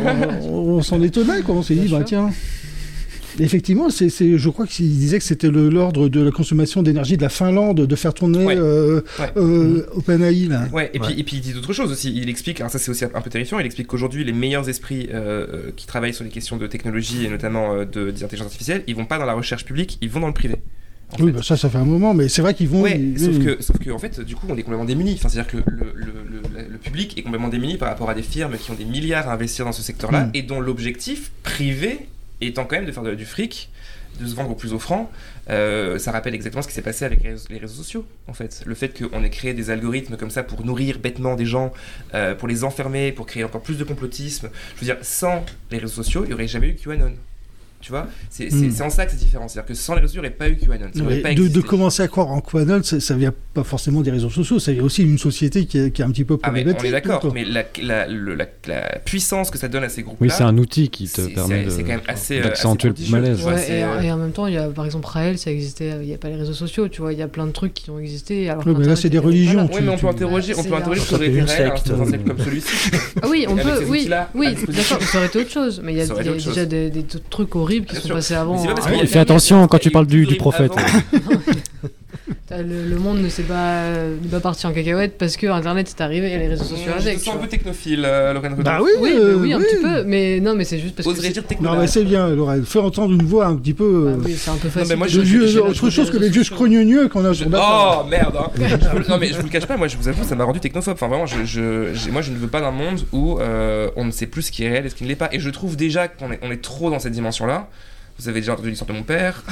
Speaker 1: on, on s'en étonnait quand on s'est dit,
Speaker 3: Bien
Speaker 1: bah
Speaker 3: sûr.
Speaker 1: tiens. Effectivement, c'est, c'est- je crois qu'il disait que c'était le- l'ordre de la consommation d'énergie de la Finlande de faire tourner
Speaker 2: Ouais.
Speaker 1: euh,
Speaker 2: Ouais.
Speaker 1: euh, OpenAI. Là.
Speaker 2: Ouais, et,
Speaker 5: Ouais.
Speaker 2: Puis, et puis il dit d'autres choses aussi. Il explique, alors ça c'est aussi un peu terrifiant, il explique qu'aujourd'hui les meilleurs esprits euh, euh, qui travaillent sur les questions de technologie et notamment euh, de, des intelligences artificielles, ils vont pas dans la recherche publique, ils vont dans le privé. en
Speaker 1: Oui,
Speaker 2: fait.
Speaker 1: bah ça, ça fait un moment, mais c'est vrai qu'ils vont.
Speaker 2: Ouais,
Speaker 1: ils-
Speaker 2: sauf,
Speaker 1: ils-
Speaker 2: que, sauf que, en fait, du coup, on est complètement démunis. Enfin, c'est-à-dire que le, le- le- le public est complètement démuni par rapport à des firmes qui ont des milliards à investir dans ce secteur-là
Speaker 1: Mm.
Speaker 2: et dont l'objectif privé étant quand même de faire de- du fric, de se vendre au plus offrant. Euh, ça rappelle exactement ce qui s'est passé avec les réseaux, les réseaux sociaux, en fait. Le fait qu'on ait créé des algorithmes comme ça pour nourrir bêtement des gens, euh, pour les enfermer, pour créer encore plus de complotisme. Je veux dire, sans les réseaux sociaux, il n'y aurait jamais eu QAnon. Tu vois, c'est c'est-
Speaker 1: Mm.
Speaker 2: c'est en ça que c'est différent. C'est-à-dire que sans les réseaux, il n'y aurait pas eu QAnon. Ça
Speaker 1: Non,
Speaker 2: aurait
Speaker 1: mais
Speaker 2: pas
Speaker 1: de, de
Speaker 2: existé.
Speaker 1: commencer à croire en Quanon, ça, ça vient pas forcément des réseaux sociaux, ça vient aussi d'une société qui est, qui est un petit peu
Speaker 2: Ah mais
Speaker 1: problématique.
Speaker 2: on est d'accord,
Speaker 1: donc, euh,
Speaker 2: mais la, la- le- la- la puissance que ça donne à ces groupes-là,
Speaker 7: Oui, c'est un outil qui te
Speaker 2: c'est-
Speaker 7: permet
Speaker 2: c'est-
Speaker 7: de-
Speaker 2: c'est quand même assez, euh,
Speaker 7: d'accentuer
Speaker 2: assez
Speaker 7: le malaise.
Speaker 2: prodigieux, tu vois,
Speaker 3: Ouais,
Speaker 2: c'est,
Speaker 3: et,
Speaker 2: euh,
Speaker 3: et en même temps, il y a, par exemple, Raël, ça existait, euh, il n'y a pas les réseaux sociaux, tu vois, il y a plein de trucs qui ont existé. Alors
Speaker 1: Ouais, mais là,
Speaker 3: qu'Internet
Speaker 1: c'est des
Speaker 3: était pas là.
Speaker 1: religions.
Speaker 2: ouais, mais on peut interroger, on
Speaker 3: C'est
Speaker 2: peut
Speaker 3: un-
Speaker 2: interroger ce
Speaker 5: Ça
Speaker 2: qu'aurait
Speaker 5: fait
Speaker 2: été
Speaker 5: une
Speaker 2: réel hein,
Speaker 5: secte.
Speaker 2: dans un secte comme
Speaker 3: [LAUGHS]
Speaker 2: celui-ci.
Speaker 3: Ah oui, on
Speaker 2: Avec
Speaker 3: peut,
Speaker 2: ces
Speaker 3: oui,
Speaker 2: outils-là, à
Speaker 3: oui, bien
Speaker 2: disposition.
Speaker 3: sûr, ça aurait été autre chose, mais il y a,
Speaker 2: Ça aurait
Speaker 3: il y a
Speaker 2: été autre
Speaker 3: déjà
Speaker 2: chose.
Speaker 3: des, des t- trucs horribles qui
Speaker 2: Bien
Speaker 3: sont
Speaker 2: sûr.
Speaker 3: passés
Speaker 2: Mais
Speaker 3: avant.
Speaker 2: c'est pas
Speaker 3: hein.
Speaker 2: parce
Speaker 7: Ah
Speaker 2: qu'il y
Speaker 7: oui,
Speaker 2: a
Speaker 7: fais
Speaker 2: quelqu'un
Speaker 7: attention
Speaker 2: qui a
Speaker 7: quand tu
Speaker 2: eu
Speaker 7: parles du- du
Speaker 2: horrible
Speaker 7: prophète.
Speaker 2: avant.
Speaker 3: Le, le monde ne s'est pas, n'est pas parti en cacahuète parce que Internet est arrivé et les réseaux sociaux
Speaker 2: Je
Speaker 3: avec.
Speaker 2: te
Speaker 3: tu
Speaker 2: sens un
Speaker 3: vois.
Speaker 2: peu technophile, euh, Logan Rudolph.
Speaker 1: Bah oui,
Speaker 3: Oui,
Speaker 1: euh,
Speaker 3: mais oui, un
Speaker 1: oui.
Speaker 3: petit peu. Mais non, mais c'est juste parce que.
Speaker 2: Oserais
Speaker 3: c'est-
Speaker 2: dire techno
Speaker 1: Non, mais c'est bien, Lorraine. Fais entendre une voix un petit peu.
Speaker 3: Bah
Speaker 1: euh,
Speaker 3: oui, c'est un peu facile.
Speaker 2: mais moi,
Speaker 1: de
Speaker 2: je-
Speaker 1: vieux-
Speaker 2: j'ai l'âge
Speaker 1: euh, autre chose que les vieux
Speaker 3: scrognons
Speaker 1: scrognonieux qu'on a sur Data.
Speaker 2: Oh merde
Speaker 1: [LAUGHS]
Speaker 2: hein. Je vous- Non mais je vous le cache pas, moi je vous avoue ça m'a rendu technophobe. Enfin vraiment, je, je- j'ai- moi je ne veux pas d'un monde où euh, on ne sait plus ce qui est réel et ce qui ne l'est pas. Et je trouve déjà qu'on est, on est trop dans cette dimension-là. Vous avez déjà entendu l'histoire de mon père, [LAUGHS]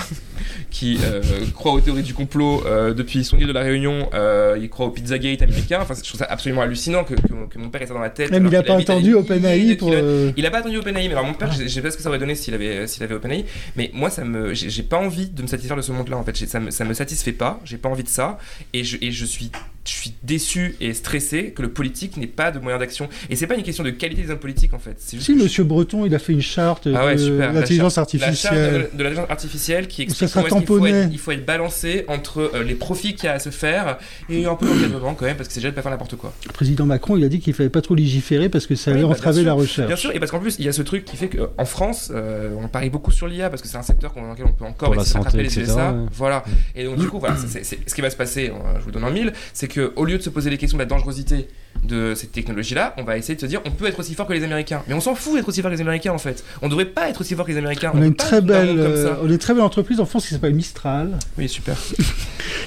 Speaker 2: qui euh, croit aux théories du complot euh, depuis son île de la Réunion, euh, il croit au Pizzagate américain. Enfin, je trouve ça absolument hallucinant que, que, que mon père ait ça dans la tête.
Speaker 1: Même
Speaker 2: alors
Speaker 1: il a
Speaker 2: qu'il
Speaker 1: pas
Speaker 2: habite à des
Speaker 1: attendu
Speaker 2: milliers de
Speaker 1: OpenAI pour.
Speaker 2: kilomètres.
Speaker 1: euh,
Speaker 2: Il a pas attendu OpenAI, mais alors mon père, je je sais pas ce que ça aurait donné s'il avait, euh, s'il avait OpenAI, mais moi, ça me, j'ai j'ai pas envie de me satisfaire de ce monde-là, en fait, J'ai- ça me, ça me satisfait pas, j'ai pas envie de ça, et je, et je suis, je suis déçu et stressé que le politique n'ait pas de moyens d'action. Et c'est pas une question de qualité des hommes politiques, en fait. C'est juste
Speaker 1: Si,
Speaker 2: que je-
Speaker 1: monsieur Breton, il a fait une charte
Speaker 2: Ah ouais,
Speaker 1: de
Speaker 2: super, la
Speaker 1: l'intelligence
Speaker 2: la charte euh, de,
Speaker 1: artificielle.
Speaker 2: de l'intelligence artificielle qui
Speaker 1: Ça
Speaker 2: explique
Speaker 1: sera
Speaker 2: comment est-ce qu'il faut
Speaker 1: tamponné.
Speaker 2: être, il faut être balancé entre euh, les profits qu'il y a à se faire et un peu l'encadrement quand même, parce que c'est déjà de pas faire n'importe quoi.
Speaker 1: Le président Macron, il a dit qu'il fallait pas trop légiférer parce que ça
Speaker 2: Oui,
Speaker 1: allait
Speaker 2: bah, bien
Speaker 1: entraver
Speaker 2: sûr.
Speaker 1: la
Speaker 2: Bien
Speaker 1: recherche.
Speaker 2: sûr, et parce qu'en plus, il y a ce truc qui fait qu'en France, euh, on parie beaucoup sur l'IA parce que c'est un secteur qu'on- dans lequel on peut encore
Speaker 7: Pour la
Speaker 2: essayer de
Speaker 7: santé,
Speaker 2: rattraper les
Speaker 7: etc.,
Speaker 2: USA.
Speaker 7: ouais. Mm.
Speaker 2: Voilà. Et donc, du coup, voilà, c'est- c'est- c'est- ce qui va se passer, euh, je vous donne en mille, c'est qu'au lieu de se poser les questions de la dangerosité de cette technologie-là, on va essayer de se dire on peut être aussi fort que les Américains. Mais on s'en fout d'être aussi fort que les Américains en fait. On devrait pas être aussi fort que les Américains.
Speaker 1: On a
Speaker 2: peut
Speaker 1: une
Speaker 2: pas
Speaker 1: très
Speaker 2: être dans un
Speaker 1: belle,
Speaker 2: monde comme ça.
Speaker 1: euh, on a une très belle entreprise en France qui s'appelle Mistral,
Speaker 2: Oui, super.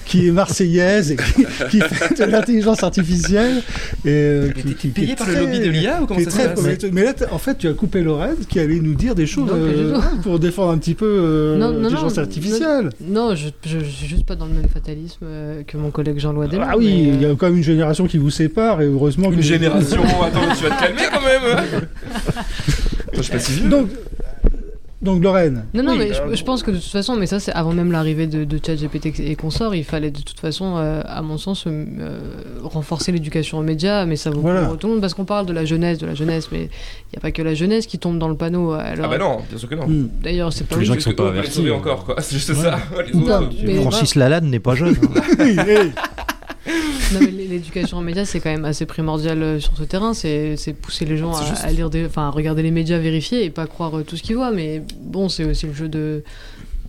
Speaker 1: qui est marseillaise et
Speaker 2: [LAUGHS]
Speaker 1: qui, qui fait de l'intelligence artificielle et euh,
Speaker 2: Mais
Speaker 1: qui, qui-
Speaker 2: t'es
Speaker 1: qui
Speaker 2: payé
Speaker 1: est
Speaker 2: par le
Speaker 1: très-
Speaker 2: lobby de l'IA ou comment
Speaker 1: qui
Speaker 2: ça
Speaker 1: est
Speaker 2: se
Speaker 1: très
Speaker 2: passe
Speaker 1: prometteuse. Mais là, t'as- en fait, tu as coupé Lorraine qui allait nous dire des choses
Speaker 3: Non, pas du
Speaker 1: euh, pour défendre un petit peu euh,
Speaker 3: Non, non, non,
Speaker 1: l'intelligence
Speaker 3: non.
Speaker 1: artificielle.
Speaker 3: Non, je, je, je suis juste pas dans le même fatalisme euh, que mon collègue Jean-Louis Adelon,
Speaker 1: Ah oui,
Speaker 3: mais, euh,
Speaker 1: il y a quand même une génération qui vous sépare et heureusement que
Speaker 2: Une génération. Attends, tu vas te calmer quand même. Toi, je suis pas si vieux.
Speaker 1: Donc, donc Lorraine,
Speaker 3: Non, non,
Speaker 2: Oui,
Speaker 3: mais
Speaker 2: euh,
Speaker 3: je, je pense que de toute façon, mais ça, c'est avant même l'arrivée de, de ChatGPT et consorts, il fallait de toute façon, euh, à mon sens, euh, euh, renforcer l'éducation aux médias, mais ça vaut
Speaker 1: Voilà.
Speaker 3: pour tout le monde, parce qu'on parle de la jeunesse, de la jeunesse, mais il n'y a pas que la jeunesse qui tombe dans le panneau. Alors,
Speaker 2: Ah bah non, bien sûr que non.
Speaker 1: hmm,
Speaker 3: D'ailleurs, c'est pas
Speaker 7: Tous les gens
Speaker 2: Parce
Speaker 7: qui sont
Speaker 2: que
Speaker 7: pas
Speaker 2: eux, on peut les
Speaker 7: avertis. hein.
Speaker 2: sauver encore, quoi. [LAUGHS] C'est juste ça. Les
Speaker 3: Non,
Speaker 2: autres,
Speaker 3: mais-
Speaker 5: Francis Lalanne n'est pas jeune. hein.
Speaker 1: [LAUGHS] oui, hey,
Speaker 3: Non, mais l- l'éducation aux médias, c'est quand même assez primordial euh, sur ce terrain. C'est c'est pousser les gens
Speaker 2: C'est
Speaker 3: à,
Speaker 2: juste.
Speaker 3: à lire, des, enfin, à regarder les médias, vérifier et pas croire euh, tout ce qu'ils voient. Mais bon, c'est aussi le jeu de,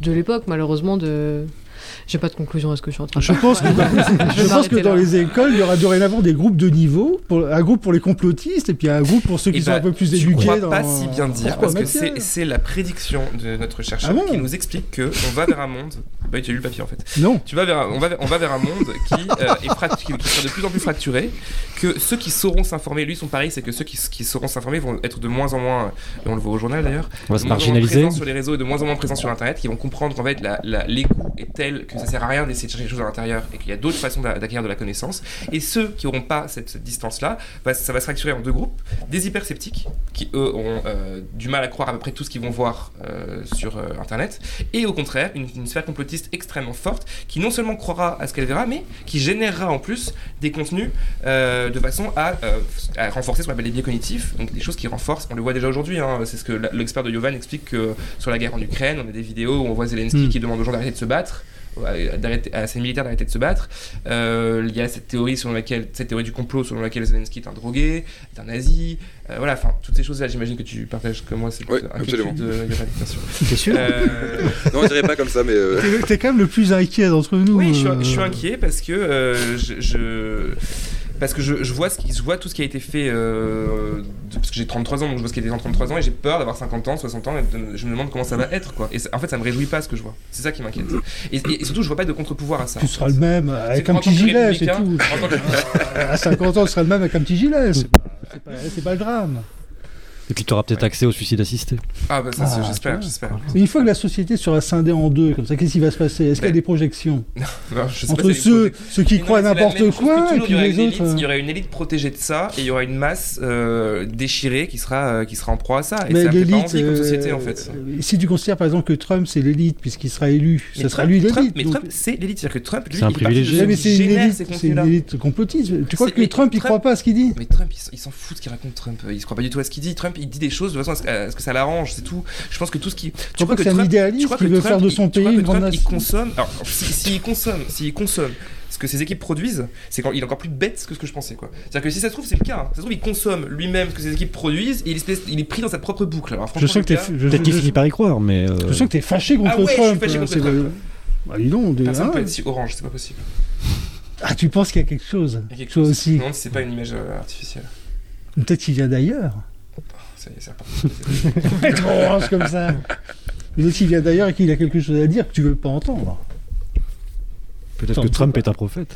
Speaker 3: de l'époque, malheureusement. De... J'ai pas de conclusion à ce que je suis en train de
Speaker 1: je
Speaker 3: faire.
Speaker 1: pense que dans,
Speaker 3: Je
Speaker 1: je
Speaker 3: vais
Speaker 1: pense que
Speaker 3: m'arrêter
Speaker 1: dans
Speaker 3: là.
Speaker 1: les écoles, il y aura dorénavant des groupes de niveau, pour, un groupe pour les complotistes et puis un groupe pour ceux qui
Speaker 2: Eh
Speaker 1: sont
Speaker 2: ben,
Speaker 1: un peu plus
Speaker 2: tu
Speaker 1: éduqués.
Speaker 2: crois
Speaker 1: dans-
Speaker 2: pas si bien dire,
Speaker 1: Pourquoi,
Speaker 2: parce que
Speaker 1: Mathieu
Speaker 2: c'est c'est la prédiction de notre chercheur
Speaker 1: Ah bon
Speaker 2: qui nous explique que on va vers un monde. Bah, oui, tu as lu le papier en fait.
Speaker 1: Non,
Speaker 2: Tu vas vers, un- on, va, vers- on va vers un monde qui euh, est fract- qui- qui sera de plus en plus fracturé. Que ceux qui sauront s'informer, lui son pari, c'est que ceux qui, qui sauront s'informer vont être de moins en moins. Et on le voit au journal d'ailleurs.
Speaker 7: On va se
Speaker 2: de moins en moins
Speaker 7: marginaliser.
Speaker 2: présents sur les réseaux et de moins en moins présents sur Internet, qui vont comprendre qu'en fait la, la- l'égout est tel que ça sert à rien d'essayer de chercher les choses à l'intérieur et qu'il y a d'autres façons d'a- d'acquérir de la connaissance. Et ceux qui n'auront pas cette, cette distance-là, bah, ça va se fracturer en deux groupes des hypersceptiques qui eux ont euh, du mal à croire à peu près tout ce qu'ils vont voir euh, sur euh, Internet, et au contraire une, une sphère complotiste extrêmement forte qui non seulement croira à ce qu'elle verra, mais qui générera en plus des contenus euh, de façon à, euh, à renforcer ce qu'on appelle les biais cognitifs, donc des choses qui renforcent, on le voit déjà aujourd'hui, hein, c'est ce que la- l'expert de Yovan explique que sur la guerre en Ukraine, on a des vidéos où on voit Zelensky
Speaker 1: Mm.
Speaker 2: qui demande aux gens d'arrêter de se battre, à- d'arrêter- à ses militaires d'arrêter de se battre. Euh, il y a cette théorie selon laquelle, cette théorie du complot selon laquelle Zelensky est un drogué, est un nazi, euh, voilà, enfin toutes ces choses-là, j'imagine que tu partages comme moi cette
Speaker 4: Oui,
Speaker 2: inquiétude
Speaker 4: absolument.
Speaker 2: de Yovan, bien sûr.
Speaker 5: T'es sûr
Speaker 2: Euh,
Speaker 4: Non, on dirait pas comme ça, mais.
Speaker 2: [LAUGHS]
Speaker 4: euh,
Speaker 1: t'es t'es quand même le plus inquiet d'entre nous.
Speaker 2: Oui, je suis,
Speaker 1: euh.
Speaker 2: je suis inquiet parce que euh, je, je- parce que je, je vois ce qui, je vois tout ce qui a été fait euh, de- parce que j'ai 33 ans donc je vois ce qui a été fait en 33 ans et j'ai peur d'avoir 50 ans, 60 ans et de- je me demande comment ça
Speaker 1: Hmm.
Speaker 2: va être quoi. Et ça- en fait, ça me réjouit pas ce que je vois. C'est ça qui m'inquiète. Et, et- et surtout, je vois pas de contre-pouvoir à ça.
Speaker 1: Tu seras le même avec
Speaker 2: C'est-
Speaker 1: un
Speaker 2: en tant
Speaker 1: petit
Speaker 2: que
Speaker 1: gilet, c'est
Speaker 2: républicain,
Speaker 1: tout.
Speaker 2: en tant que-
Speaker 1: À 50 ans, tu seras le même avec un petit gilet. C'est pas, c'est pas- c'est pas le drame.
Speaker 7: Et puis tu auras peut-être accès au suicide assisté.
Speaker 2: Ah bah ça, c'est-
Speaker 1: Ah,
Speaker 2: j'espère,
Speaker 1: tu vois.
Speaker 2: j'espère.
Speaker 1: Mais une fois que la société sera scindée en deux, comme ça, qu'est-ce qui va se passer Est-ce qu'il y a
Speaker 2: Ben,
Speaker 1: des projections
Speaker 2: Non, je sais pas
Speaker 1: entre
Speaker 2: si elle est
Speaker 1: ceux, ceux qui
Speaker 2: Mais non,
Speaker 1: croient à
Speaker 2: mais c'est la
Speaker 1: n'importe
Speaker 2: même chose que
Speaker 1: quoi et
Speaker 2: toujours, il
Speaker 1: puis
Speaker 2: y aura
Speaker 1: les
Speaker 2: une élite-
Speaker 1: autres euh.
Speaker 2: Il y aura une élite protégée de ça et il y aura une masse euh, déchirée qui sera, euh, qui sera en proie à ça. Et
Speaker 1: Mais
Speaker 2: ça me fait pas
Speaker 1: l'élite,
Speaker 2: envie comme société
Speaker 1: euh,
Speaker 2: en fait.
Speaker 1: euh, si tu considères par exemple que Trump c'est l'élite puisqu'il sera élu,
Speaker 2: Mais
Speaker 1: ça sera
Speaker 2: Trump-
Speaker 1: lui
Speaker 2: Trump-
Speaker 1: l'élite.
Speaker 2: Mais
Speaker 1: donc-
Speaker 2: Trump, c'est l'élite. C'est-à-dire que Trump, lui,
Speaker 7: C'est un
Speaker 2: il est parti de
Speaker 7: privilégié.
Speaker 2: ceux
Speaker 1: Ouais, mais
Speaker 2: qui
Speaker 1: c'est une
Speaker 2: génèrent
Speaker 1: élite,
Speaker 2: ces
Speaker 1: c'est une
Speaker 2: contenus-là.
Speaker 1: élite complotiste. Tu crois
Speaker 2: C'est-
Speaker 1: que
Speaker 2: mais
Speaker 1: Trump il
Speaker 2: Trump-
Speaker 1: croit pas à ce qu'il dit
Speaker 2: Mais Trump, il, s- il s'en fout de ce qu'il raconte Trump. Il se croit pas du tout à ce qu'il dit. Trump, il dit des choses de façon à ce, à ce que ça l'arrange, c'est tout. Je pense que tout ce qui.
Speaker 1: Tu crois que c'est un
Speaker 2: tu
Speaker 1: idéaliste
Speaker 2: crois
Speaker 1: qui
Speaker 2: que
Speaker 1: veut
Speaker 2: Trump,
Speaker 1: faire de
Speaker 2: il-
Speaker 1: son
Speaker 2: tu
Speaker 1: pays
Speaker 2: crois que
Speaker 1: une grande
Speaker 2: Trump, il
Speaker 1: nation
Speaker 2: consomme. Alors, s'il si, s'il consomme, s'il consomme ce que ses équipes produisent, c'est quand il est encore plus bête que ce que je pensais, quoi. C'est-à-dire que si ça se trouve, c'est le cas. hein. Ça se trouve, il consomme lui-même ce que ses équipes produisent et il, espèce- il est pris dans sa propre boucle. Alors,
Speaker 1: Je
Speaker 2: franchement,
Speaker 1: sens que
Speaker 2: le
Speaker 1: t'es
Speaker 2: gars-
Speaker 1: je-
Speaker 7: Peut-être qu'il
Speaker 1: je-
Speaker 7: finit par y croire, mais. euh,
Speaker 1: je sens que t'es fâché contre
Speaker 2: Ah ouais, je suis
Speaker 1: Trump.
Speaker 2: fâché
Speaker 1: hein,
Speaker 2: contre
Speaker 1: c'est
Speaker 2: Trump.
Speaker 1: vrai. Bah, dis donc, des-
Speaker 2: Personne
Speaker 1: hein.
Speaker 2: peut être si orange, c'est pas possible.
Speaker 1: Ah, tu penses qu'il y a quelque chose
Speaker 2: Il y a quelque
Speaker 1: Toi
Speaker 2: chose.
Speaker 1: aussi.
Speaker 2: Non, c'est pas une image euh, artificielle.
Speaker 1: Peut-être qu'il vient d'ailleurs.
Speaker 2: Ça y est, c'est reparti.
Speaker 1: Être orange comme ça. Peut-être qu'il vient d'ailleurs et qu'il a quelque chose à dire que tu veux pas entendre.
Speaker 7: Peut-être que Trump est un prophète.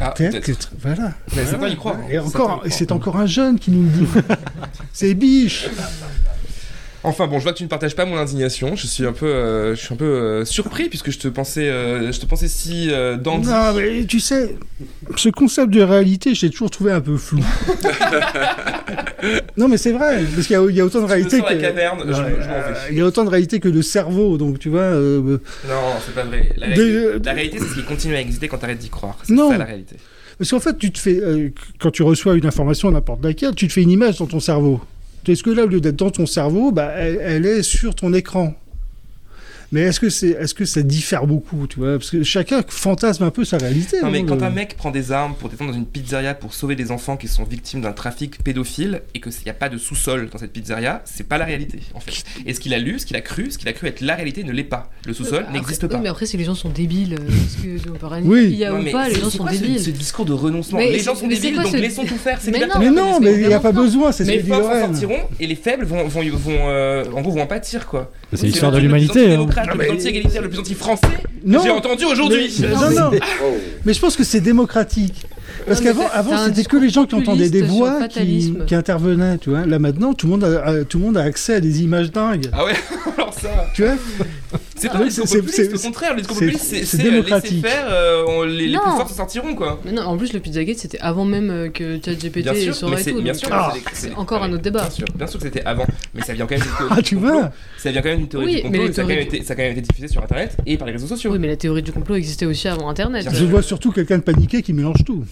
Speaker 2: Ah,
Speaker 1: Peut-être que.
Speaker 2: peut-être.
Speaker 1: tr- Voilà.
Speaker 2: Mais certains y croient.
Speaker 1: Et
Speaker 2: hein.
Speaker 1: encore,
Speaker 2: Certains
Speaker 1: et
Speaker 2: y
Speaker 1: c'est
Speaker 2: croient.
Speaker 1: encore un jeune qui nous le dit.
Speaker 2: [LAUGHS]
Speaker 1: c'est biche
Speaker 2: Enfin bon, je vois que tu ne partages pas mon indignation. Je suis un peu, euh, je suis un peu euh, surpris puisque je te pensais, euh, je te pensais si euh, dandy.
Speaker 1: Non, mais tu sais, ce concept de réalité, je l'ai toujours trouvé un peu
Speaker 2: [LAUGHS]
Speaker 1: flou. non, mais c'est vrai, parce qu'il y, a- il y a autant de
Speaker 2: Si tu me
Speaker 1: réalité
Speaker 2: sors
Speaker 1: que.
Speaker 2: la caverne, je- je m'en vais.
Speaker 1: Euh, Il y a autant de réalité que de cerveau, donc tu vois. euh,
Speaker 2: Non, c'est pas vrai. La,
Speaker 1: Des-
Speaker 2: réalité- la réalité, c'est ce qui continue à exister quand t'arrêtes d'y croire. C'est
Speaker 1: Non.
Speaker 2: ça la réalité.
Speaker 1: Parce qu'en fait, tu te fais, euh, quand tu reçois une information, n'importe laquelle, tu te fais une image dans ton cerveau. Est-ce que là, au lieu d'être dans ton cerveau, bah, elle, elle est sur ton écran mais est-ce que, c'est, est-ce que ça diffère beaucoup tu vois Parce que chacun fantasme un peu sa réalité.
Speaker 2: Non, mais
Speaker 1: hein,
Speaker 2: quand
Speaker 1: le-
Speaker 2: un mec prend des armes pour défendre dans une pizzeria pour sauver des enfants qui sont victimes d'un trafic pédophile et qu'il n'y a pas de sous-sol dans cette pizzeria, c'est pas la réalité en fait. Et ce qu'il a lu, ce qu'il a cru, ce qu'il a cru être la réalité ne l'est pas. Le sous-sol
Speaker 3: Euh, Après-
Speaker 2: n'existe
Speaker 3: oui,
Speaker 2: pas.
Speaker 3: mais après, c'est que les gens sont débiles. euh, Parce que on peut rien
Speaker 1: Oui.
Speaker 3: Il y a
Speaker 2: Non,
Speaker 3: ou
Speaker 2: mais
Speaker 3: pas, les
Speaker 2: c'est-
Speaker 3: gens
Speaker 2: c'est
Speaker 3: sont
Speaker 2: quoi ce-
Speaker 3: débiles.
Speaker 2: Ce discours de renoncement.
Speaker 3: Mais
Speaker 2: les
Speaker 3: c'est-
Speaker 2: gens sont
Speaker 3: mais c'est
Speaker 2: débiles,
Speaker 3: quoi
Speaker 2: donc
Speaker 3: ce-
Speaker 2: laissons tout faire. C'est
Speaker 3: Mais
Speaker 2: libertaire.
Speaker 3: non,
Speaker 1: Mais non, mais il n'y a pas besoin, c'est ce que
Speaker 2: Mais les
Speaker 1: dit
Speaker 2: forts s'en
Speaker 1: Lorraine.
Speaker 2: sortiront et les faibles vont, vont, vont, euh, en gros, vont en pâtir quoi.
Speaker 7: C'est l'histoire de l'humanité.
Speaker 2: Le plus antidémocrate,
Speaker 7: hein.
Speaker 2: le plus anti-égalitaire, le plus anti-français que
Speaker 1: Non,
Speaker 2: j'ai entendu aujourd'hui.
Speaker 1: mais- non, non.
Speaker 4: Oh.
Speaker 1: Mais je pense que c'est démocratique. Parce
Speaker 3: Non, mais
Speaker 1: qu'avant,
Speaker 3: t'as- t'as
Speaker 1: avant,
Speaker 3: un
Speaker 1: c'était que
Speaker 3: discours
Speaker 1: les gens qui
Speaker 3: populiste
Speaker 1: entendaient des
Speaker 3: sur le
Speaker 1: voix qui,
Speaker 3: fatalisme.
Speaker 1: qui intervenaient, tu vois. Là maintenant, tout le monde a, a- tout le monde a accès à des images dingues,
Speaker 2: Ah ouais, alors ça.
Speaker 1: tu vois.
Speaker 2: C'est pas
Speaker 1: Donc,
Speaker 2: le discours
Speaker 1: Ah c'est-
Speaker 2: populiste,
Speaker 1: c'est-
Speaker 2: au contraire, le discours
Speaker 1: c'est-
Speaker 2: populiste, c'est
Speaker 1: c'est
Speaker 2: c'est, euh, laisser
Speaker 1: démocratique.
Speaker 2: faire, euh, on- les, les plus
Speaker 3: Non.
Speaker 2: forts se sortiront, quoi.
Speaker 3: Mais non, en plus, le Pizzagate, c'était avant même euh, que ChatGPT
Speaker 2: Bien sûr,
Speaker 3: Sora
Speaker 2: mais
Speaker 3: et
Speaker 2: c'est
Speaker 3: tout.
Speaker 2: bien
Speaker 3: donc,
Speaker 2: sûr,
Speaker 3: euh,
Speaker 1: Ah.
Speaker 2: c'est- c'est-
Speaker 3: c'est encore un autre débat.
Speaker 2: Bien sûr, bien sûr que c'était avant, mais ça vient quand même d'une théorie
Speaker 1: Ah,
Speaker 2: du
Speaker 1: tu
Speaker 2: complot.
Speaker 1: vois.
Speaker 2: Ça vient quand même d'une théorie
Speaker 3: Oui,
Speaker 2: du
Speaker 3: mais
Speaker 2: complot,
Speaker 3: les
Speaker 2: et ça a quand même
Speaker 3: théories-
Speaker 2: été- ça a quand même été diffusé sur internet et par les réseaux sociaux.
Speaker 3: Oui, mais la théorie du complot existait aussi avant Internet. euh,
Speaker 1: Je vois surtout quelqu'un de paniqué qui mélange tout.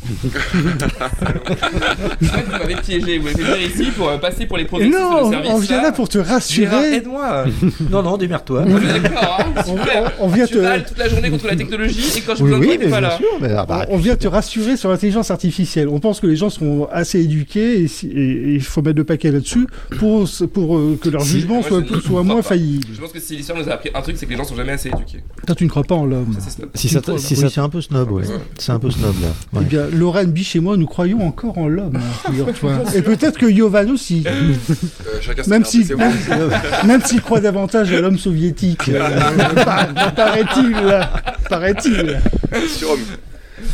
Speaker 2: En fait, vous m'avez piégé, vous m'avez fait venir ici pour euh, passer pour les
Speaker 1: Et
Speaker 2: progressistes de
Speaker 1: non,
Speaker 2: service.
Speaker 1: on vient
Speaker 2: là.
Speaker 1: là pour te
Speaker 2: Gérard,
Speaker 1: rassurer.
Speaker 2: aide-moi
Speaker 5: [LAUGHS] Non, non, démerde-toi.
Speaker 2: On est D'accord, hein, super
Speaker 1: On vient
Speaker 2: Tu râles
Speaker 1: te.
Speaker 2: toute la journée contre la technologie et quand je
Speaker 1: euh, Oui,
Speaker 2: vous donne
Speaker 1: oui,
Speaker 2: toi, t'es
Speaker 1: mais
Speaker 2: pas
Speaker 1: bien
Speaker 2: là.
Speaker 1: sûr, mais- ah
Speaker 5: Oh.
Speaker 1: bah, on vient te rassurer sur l'intelligence artificielle. On pense que les gens seront assez éduqués et si- et il faut mettre le paquet là-dessus pour, pour euh, que leur
Speaker 2: Si,
Speaker 1: jugement
Speaker 2: moi,
Speaker 1: soit,
Speaker 2: je
Speaker 1: soit
Speaker 2: ne crois
Speaker 1: moins
Speaker 2: pas.
Speaker 1: faillible.
Speaker 2: Je pense que si l'histoire nous a appris un truc, c'est que les gens sont jamais assez éduqués.
Speaker 1: Toi, tu ne crois pas en l'homme.
Speaker 2: Ça, c'est stop.
Speaker 7: Si ça, te- si
Speaker 5: Oui,
Speaker 7: ça,
Speaker 5: c'est un peu snob, ouais. C'est un peu snob, là.
Speaker 1: Eh
Speaker 5: Ouais.
Speaker 1: bien, Lorraine Biche et moi, nous croyons encore en l'homme, hein, figure-toi.
Speaker 2: [LAUGHS]
Speaker 1: et peut-être que Yovan aussi,
Speaker 4: Euh, chacun sa
Speaker 1: même
Speaker 4: merde,
Speaker 1: s'il
Speaker 4: c'est
Speaker 1: même,
Speaker 4: bon.
Speaker 1: même s'il croit davantage à l'homme
Speaker 2: [LAUGHS]
Speaker 1: soviétique. euh, par- paraît-il, là. paraît-il.
Speaker 4: Surhomme.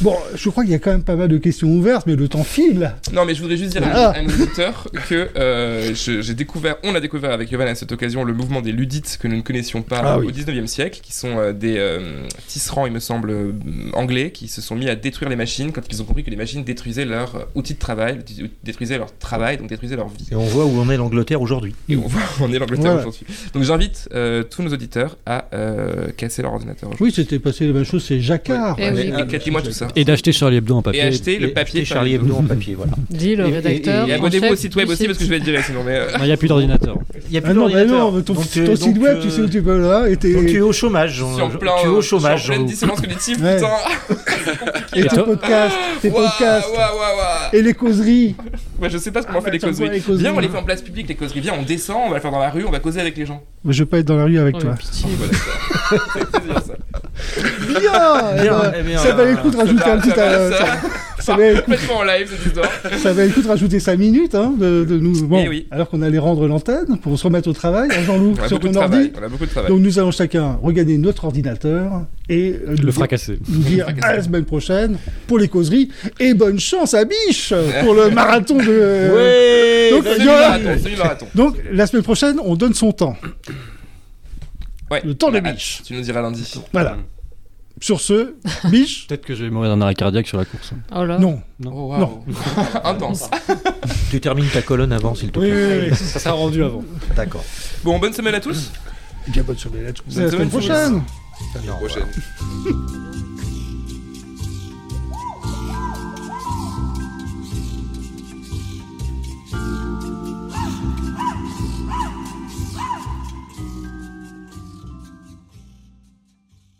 Speaker 1: Bon, je crois qu'il y a quand même pas mal de questions ouvertes, mais le temps file.
Speaker 2: Non, mais je voudrais juste dire à,
Speaker 1: Ah.
Speaker 2: à nos auditeurs que euh, je- j'ai découvert, on a découvert avec Yovan à cette occasion le mouvement des ludites que nous ne connaissions pas
Speaker 1: Ah oui.
Speaker 2: au 19e siècle, qui sont euh, des euh, tisserands, il me semble, euh, anglais, qui se sont mis à détruire les machines quand ils ont compris que les machines détruisaient leur euh, outil de travail, dé- détruisaient leur travail, donc détruisaient leur vie.
Speaker 5: Et on voit où on est l'Angleterre aujourd'hui.
Speaker 2: Et on voit, on est l'Angleterre
Speaker 1: Voilà.
Speaker 2: aujourd'hui. Donc j'invite euh, tous nos auditeurs à euh, casser leur ordinateur aujourd'hui.
Speaker 1: Oui, c'était passé la même chose, c'est Jacquard.
Speaker 3: Eh oui.
Speaker 2: Et Éclatez-moi tout ça.
Speaker 7: et d'acheter Charlie Hebdo en
Speaker 2: Et
Speaker 7: papier.
Speaker 2: achetez le
Speaker 5: euh, Et
Speaker 2: papier
Speaker 5: acheter Charlie Hebdo [LAUGHS] en papier, voilà.
Speaker 3: Dis le
Speaker 5: Et- et-
Speaker 3: rédacteur.
Speaker 5: et-
Speaker 2: Et
Speaker 5: en
Speaker 2: abonnez-vous
Speaker 3: chef
Speaker 2: au site web
Speaker 3: du
Speaker 2: aussi parce que je vais te dire sinon mais euh,
Speaker 7: Non, Il n'y a plus d'ordinateur.
Speaker 5: Il n'y a plus
Speaker 1: Ah non, mais
Speaker 5: d'ordinateur.
Speaker 1: non, mais ton,
Speaker 5: Donc,
Speaker 1: ton
Speaker 5: euh,
Speaker 1: site
Speaker 5: donc,
Speaker 1: web,
Speaker 5: euh,
Speaker 1: tu sais où tu peux là, et t'es-
Speaker 5: donc tu es au chômage.
Speaker 2: je
Speaker 5: Jean-
Speaker 2: suis en
Speaker 5: Jean-
Speaker 2: plein,
Speaker 5: tu es
Speaker 2: euh,
Speaker 5: au
Speaker 2: je suis en
Speaker 5: chômage.
Speaker 2: pleine
Speaker 5: Jean-
Speaker 2: dissonance cognitive,
Speaker 1: Ouais.
Speaker 2: putain.
Speaker 1: et tes
Speaker 7: toi-
Speaker 1: podcasts, tes
Speaker 2: Waouh,
Speaker 1: podcasts,
Speaker 2: waouh, waouh, waouh.
Speaker 1: et les causeries.
Speaker 2: Ouais, je sais pas ce qu'on
Speaker 1: Ah,
Speaker 2: en fait
Speaker 1: bah,
Speaker 2: des
Speaker 1: tiens,
Speaker 2: causeries.
Speaker 1: voilà, les causeries,
Speaker 2: Viens, on les
Speaker 1: hein.
Speaker 2: fait en place publique, les causeries. Viens, on descend, on va le faire dans la rue, on va causer avec les gens. [LAUGHS]
Speaker 1: Mais je veux pas être dans la rue avec
Speaker 3: Oh,
Speaker 1: toi.
Speaker 3: pitié.
Speaker 2: Voilà, ça. C'est plaisir, ça.
Speaker 1: Bien, eh ben,
Speaker 5: [LAUGHS] eh bien,
Speaker 1: Ça valait le coup de rajouter un
Speaker 2: Ça
Speaker 1: petit.
Speaker 2: va,
Speaker 1: euh,
Speaker 2: ça va.
Speaker 1: Ça valait le coup
Speaker 2: Complètement en live
Speaker 1: [LAUGHS]
Speaker 2: cette histoire.
Speaker 1: Ça va écoute rajouter 5 minutes hein, de, de nous. Bon,
Speaker 2: Eh oui.
Speaker 1: Alors qu'on allait rendre l'antenne pour se remettre au travail, hein, Jean-Loup,
Speaker 2: On a
Speaker 1: sur
Speaker 2: beaucoup de
Speaker 1: ton
Speaker 2: travail.
Speaker 1: ordi.
Speaker 2: On a beaucoup de travail.
Speaker 1: Donc nous allons chacun regagner notre ordinateur et euh, nous
Speaker 7: Le
Speaker 1: dire-
Speaker 7: fracasser.
Speaker 1: nous dire à la semaine prochaine pour les causeries et bonne chance à Biche pour [LAUGHS] le marathon de.
Speaker 5: Ouais.
Speaker 1: euh, Donc,
Speaker 2: Salut
Speaker 1: Yoann-
Speaker 2: marathon, salut marathon.
Speaker 1: donc la semaine prochaine, on donne son temps.
Speaker 2: Ouais.
Speaker 1: Le temps de
Speaker 2: Ah,
Speaker 1: biche.
Speaker 2: Tu nous diras lundi.
Speaker 1: Voilà. Sur ce,
Speaker 7: [LAUGHS]
Speaker 1: Biche,
Speaker 7: Peut-être que je vais mourir d'un arrêt cardiaque sur la course.
Speaker 3: Oh là.
Speaker 1: non.
Speaker 2: Oh,
Speaker 1: Non.
Speaker 2: waouh. [LAUGHS] Intense.
Speaker 5: Tu termines ta colonne avant, s'il te plaît.
Speaker 7: Ça sera rendu avant.
Speaker 5: D'accord.
Speaker 2: Bon, bonne semaine à tous.
Speaker 1: Eh bien bonne semaine à tous. À
Speaker 2: Bonne
Speaker 1: la semaine
Speaker 2: semaine,
Speaker 1: prochaine.
Speaker 4: Prochaine.